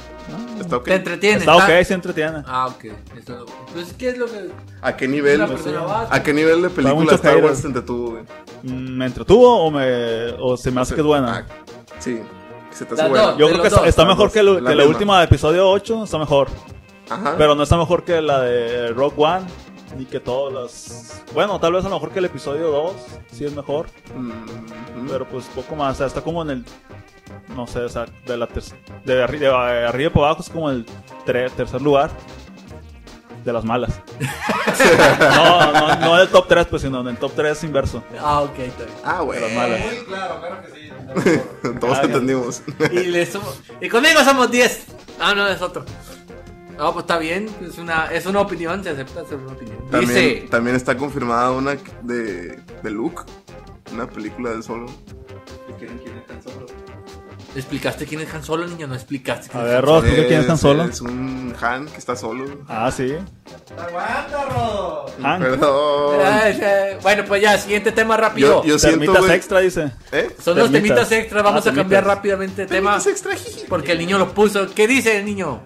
está ok. Te entretiene. Está ¿está? ok, se entretiene. Ah, ok. Eso- Entonces, ¿qué es lo que ¿A qué nivel? pues, una persona va? ¿A qué nivel de película muchos Star Wars haters. te entretuvo, güey? Mm, ¿Me entretuvo o, me, o se me hace que es buena? Ah, sí, se te Las hace buena. dos. Yo de creo los que dos, está, está las mejor dos, que, lo- la que la misma. Ah. última de episodio 8, está mejor. Ajá. Pero no está mejor que la de Rock One, ni que todas las... Bueno, tal vez a lo mejor que el episodio 2, sí es mejor, Mm, pero pues poco más. O sea, está como en el... No sé, o sea, de, la ter- de, arri- de eh, arriba para abajo es como el tre- tercer lugar de las malas. no, no, no en el top 3, pues, sino en el top 3 inverso. Ah, ok, está bien. ah, güey. De las malas. claro, claro que sí. Todos Ah, ya. entendimos. Y, le sumo- y conmigo somos 10. Ah, no, es otro. No, pues está bien. Es una, es una opinión, se acepta es una opinión. También, Dice, también está confirmada una de, de Luke, una película de solo. ¿Te quieren quién es tan solo? ¿explicaste quién es Han Solo, niño? No explicaste quién A es ver, Han Ross, ¿tú qué quieres tan Es- solo? Es un Han que está solo. Ah, sí. Han, Solo. Perdón. Ay, ay, Bueno, pues ya, siguiente tema rápido. Yo, yo siento, termitas güey- extra, dice. ¿Eh? Son los termitas. temitas extras. Vamos Ah, a cambiar temitas. rápidamente de tema. Temas extra. jiji. Porque el niño lo puso. ¿Qué dice el niño?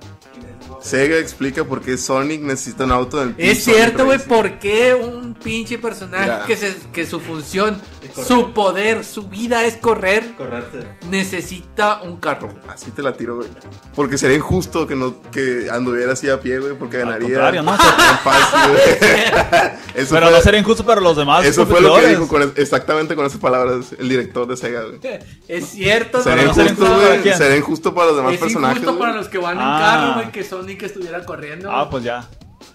Sega explica por qué Sonic necesita un auto del Es cierto, güey, ¿por qué un pinche personaje Ya. que, se- que su función, Es correr. su poder, su vida es correr, Correrse. necesita un carro? Así te la tiro, güey. Porque sería injusto que no que anduviera así a pie, güey, porque Al ganaría. contrario, ¿no? en fácil, güey. Eso Pero fue, no sería injusto para los demás. eso fue lo que competidores. dijo con- exactamente con esas palabras el director de Sega, güey. Es cierto, Sería no sería injusto, injusto para güey. quién. Sería injusto para los demás Es personajes. injusto güey. para los que van en Ah. carro, güey, que Sonic estuviera corriendo. Ah, pues ya.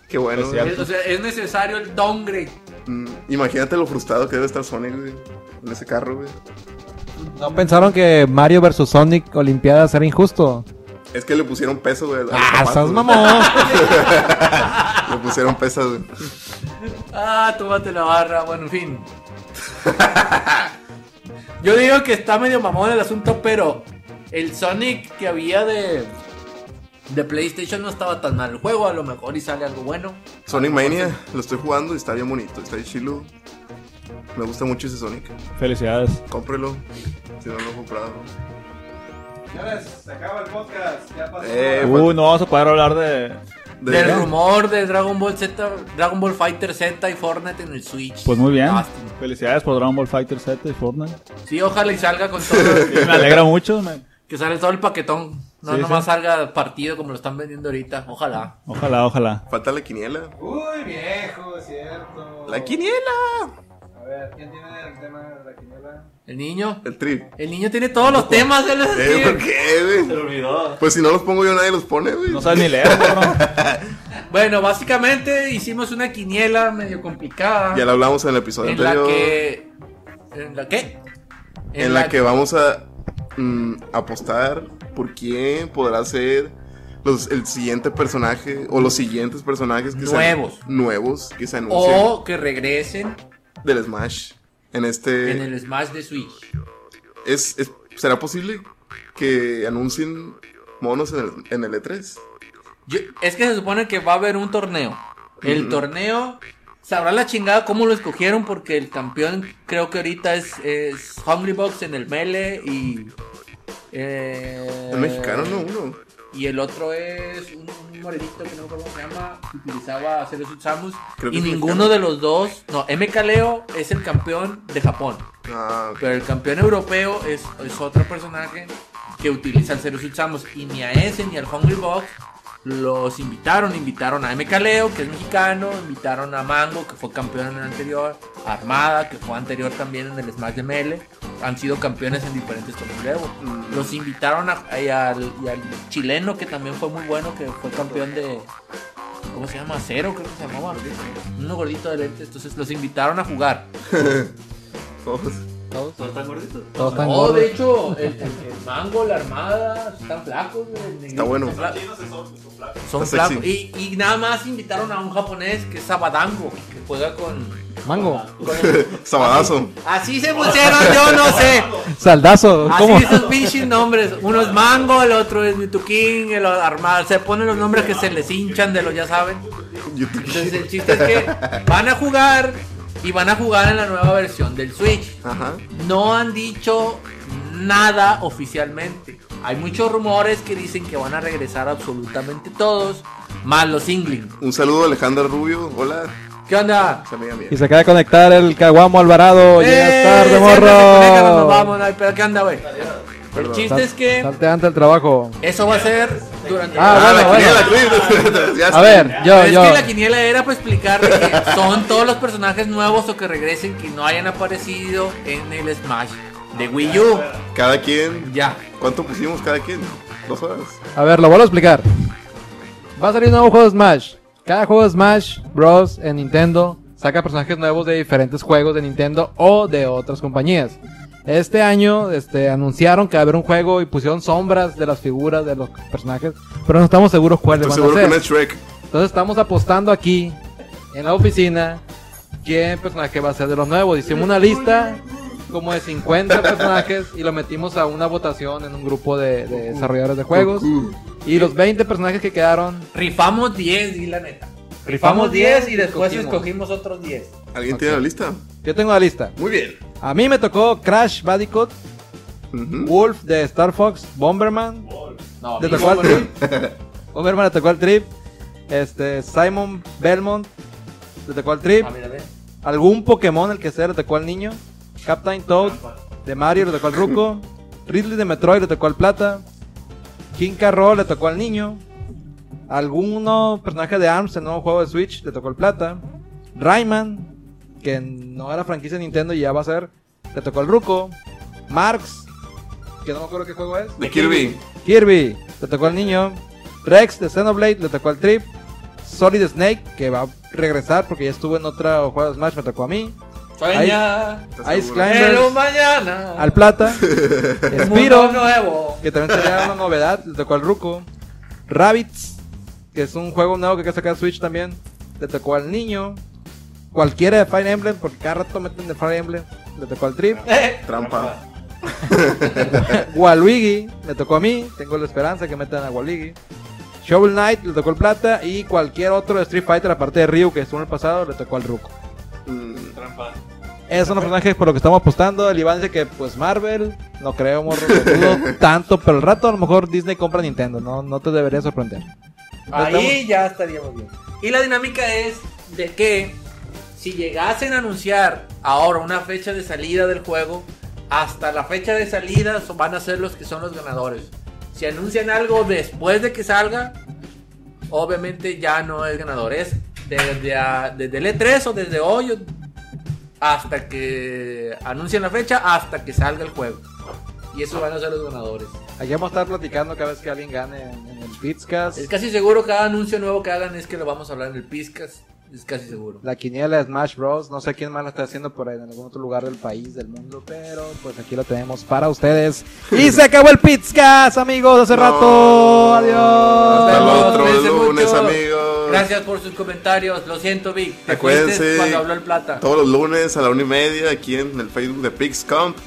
Qué bueno. Especial. Es- o sea, es necesario el downgrade. Mm, imagínate lo frustrado que debe estar Sonic, güey, en ese carro, güey. ¿No pensaron que Mario vs Sonic Olimpiadas era injusto? Es que le pusieron peso, güey. a los ¡Ah, zapatos, estás güey. mamón! Le pusieron pesas, güey. Ah, tómate la barra, bueno, en fin. Yo digo que está medio mamón el asunto, pero el Sonic que había de, de PlayStation no estaba tan mal el juego, a lo mejor y sale algo bueno. Sonic Mania, lo estoy jugando y está bien bonito, está bien chilo. Me gusta mucho ese Sonic. Felicidades. Cómprelo, si no lo he comprado. Señores, se acaba el podcast. Ya pasó. Eh, Uh, no vamos a poder hablar de. de- Del rumor de Dragon Ball Z, Dragon Ball Fighter Z y Fortnite en el Switch. Pues muy bien. Lástima. Felicidades por Dragon Ball Fighter Z y Fortnite. Sí, ojalá y salga con todo, Sí, me alegra mucho. me- que salga todo el paquetón. No Sí, nomás sí. salga partido como lo están vendiendo ahorita, ojalá. Ojalá, ojalá. Falta la quiniela. Uy, viejo, cierto. ¡La quiniela! A ver, ¿quién tiene el tema de la quiniela? El niño, El trip. el niño tiene todos los temas, él es el Eh, tío. ¿Por qué, Se güey? lo olvidó. Pues si no los pongo yo, nadie los pone, güey. No sabes ni leer, cabrón. Bueno, básicamente hicimos una quiniela medio complicada. Ya lo hablamos en el episodio en la anterior. que. ¿En la qué? en la que vamos a mm, apostar por quién podrá ser los, el siguiente personaje o los siguientes personajes que se- Nuevos. nuevos que se anuncien O que regresen del Smash en este en el Smash de Switch. es, es- será posible que anuncien monos en el, en el E E3 Yo- es que se supone que va a haber un torneo. El torneo. Sabrá la chingada cómo lo escogieron porque el campeón creo que ahorita es, es Hungrybox en el Mele y... eh, el mexicano no uno Y el otro es un, un morenito que no me acuerdo cómo se llama, que utilizaba hacer esos Samus. Creo que Y es ninguno mexicano. de los dos, no, MK Leo es el campeón de Japón, ah, ok. pero el campeón europeo es, es otro personaje que utiliza el Zero Suit Samus. Y ni a ese ni al Hungry Box los invitaron. Invitaron a MK Leo, que es mexicano, invitaron a Mango, que fue campeón en el anterior, a Armada, que fue anterior también en el Smash de Mele. Han sido campeones en diferentes torneos. Los invitaron a- y al, y al chileno, que también fue muy bueno, que fue campeón de. ¿Cómo se llama? Cero, creo que se llamaba. Uno gordito de lentes. Entonces los invitaron a jugar. Todos. ¿Todos están gorditos? Todos están No, gordos. de hecho, el, el- el mango, la armada, están flacos, güey, el negrito bueno. está flaco. Chinos son, son flacos. Son Está flacos. Y, y nada más invitaron a un japonés que es Sabadango, que juega con. Oh Mango. con el- sabadazo Así Oh. se pusieron, yo no sé. Saldazo. ¿Cómo? Así esos pinches nombres. Uno es Mango, el otro es Mitukin, el otro Armada. Se ponen los nombres que se les hinchan de los, ya saben. YouTube. Entonces el chiste es que van a jugar y van a jugar en la nueva versión del Switch. ajá no han dicho nada oficialmente. Hay muchos rumores que dicen que van a regresar absolutamente todos, más los Ingling. un saludo a Alejandra Rubio hola ¿Qué onda? es amiga mía Y se queda de conectar el Caguamo Alvarado. ¡Eh! Llegas Siempre tarde, se conectan, nos morro. vamos, ay, pero ¿qué onda, güey? El chiste es que Salte antes del trabajo. eso va a ser durante... Ah, Ah, la bueno, quiniela, Chris. Ya A está. ver, Pero yo, es yo. que la quiniela era para explicar de que son todos los personajes nuevos o que regresen que no hayan aparecido en el Smash de Wii U. Cada quien. Ya. ¿Cuánto pusimos cada quien? Dos horas. A ver, lo vuelvo a explicar. Va a salir un nuevo juego de Smash. Cada juego de Smash Bros. en Nintendo saca personajes nuevos de diferentes juegos de Nintendo o de otras compañías. Este año este, anunciaron que va a haber un juego y pusieron sombras de las figuras de los personajes, pero no estamos seguros cuáles Estoy van a seguro que no es ser. Shrek. Entonces estamos apostando aquí, en la oficina, quién personaje va a ser de los nuevos. Hicimos una lista como de 50 personajes y lo metimos a una votación en un grupo de, de desarrolladores de juegos. Y los 20 personajes que quedaron, Rifamos 10, di la neta. Rifamos 10 y después escogimos. escogimos otros 10. ¿Alguien tiene la lista? yo tengo la lista. Muy bien. A mí me tocó Crash Bandicoot, Ujú. Wolf de Star Fox, Bomberman, No, ¿Te amigo, tocó el bueno, trip? Bomberman le tocó el trip. Este, Simon Belmont le tocó el trip. a ver, a ver. Algún Pokémon, el que sea, le tocó al niño. Captain Toad de Mario le tocó al Ruco. Ridley de Metroid le tocó al Plata. King Carroll le tocó al niño. Alguno personaje de ARMS, el nuevo juego de Switch, le tocó al Plata. Rayman, que no era franquicia de Nintendo y ya va a ser, le tocó al Ruco. Marx, que no me acuerdo qué juego es. De Kirby. Kirby, le tocó al niño. Rex de Xenoblade, le tocó al Trip. Solid Snake, que va a regresar porque ya estuvo en otra jugada de Smash, me tocó a mí. Sueña, ¿Estás Ice seguro? Climb. pero mañana. Al Plata. un mundo Spiro, nuevo. que también sería una novedad, le tocó al Ruco. Rabbits, que es un juego nuevo que hay que sacar Switch también, le tocó al niño. Cualquiera de Fire Emblem, porque cada rato meten de Fire Emblem, le tocó al Trip. Eh, Trampa. Waluigi, me tocó a mí, tengo la esperanza que metan a Waluigi. Shovel Knight, le tocó el plata. Y cualquier otro de Street Fighter, aparte de Ryu, que estuvo en el pasado, le tocó al Ruko. Mm, Trampa. Esos son los personajes por los que estamos apostando. El Iván dice que, pues, Marvel, no creo, morro, lo dudo tanto, pero al rato a lo mejor Disney compra Nintendo, no, no te debería sorprender. ahí ya estaríamos bien. Y la dinámica es de que si llegasen a anunciar ahora una fecha de salida del juego, hasta la fecha de salida so- van a ser los que son los ganadores. Si anuncian algo después de que salga, obviamente ya no es ganador. Es desde, a- desde el E3 o desde hoy o- hasta que anuncien la fecha, hasta que salga el juego. Y esos van a ser los ganadores. Aquí vamos a estar platicando cada vez que alguien gane en, en el Pizcast. Es casi seguro cada anuncio nuevo que hagan es que lo vamos a hablar en el Piscas. Es casi seguro. La quiniela de Smash Bros. No sé quién más la está haciendo por ahí en algún otro lugar del país, del mundo, pero pues aquí lo tenemos para ustedes. Y se acabó el Pizcas, amigos, hace No. rato. Adiós. Hasta el Nos otro vemos, cuídense lunes, mucho. amigos. Gracias por sus comentarios. Lo siento, Vic. Te Acuérdense. fuiste cuando habló el plata. Todos los lunes a la una y media aquí en el Facebook de PixComp.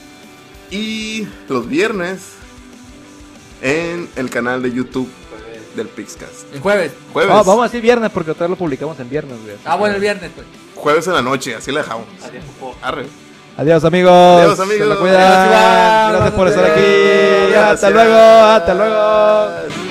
Y los viernes en el canal de YouTube del Pixcast. El jueves. Jueves. Ah, vamos a decir viernes porque todavía lo publicamos en viernes, güey. Ah, bueno, el viernes, pues. Jueves en la noche, así la dejamos. Adiós, popó. Arre. Adiós, amigos. Adiós, Se me amigos. cuidan. Gracias, Iván. Gracias por estar aquí. Gracias. Hasta luego. Hasta luego.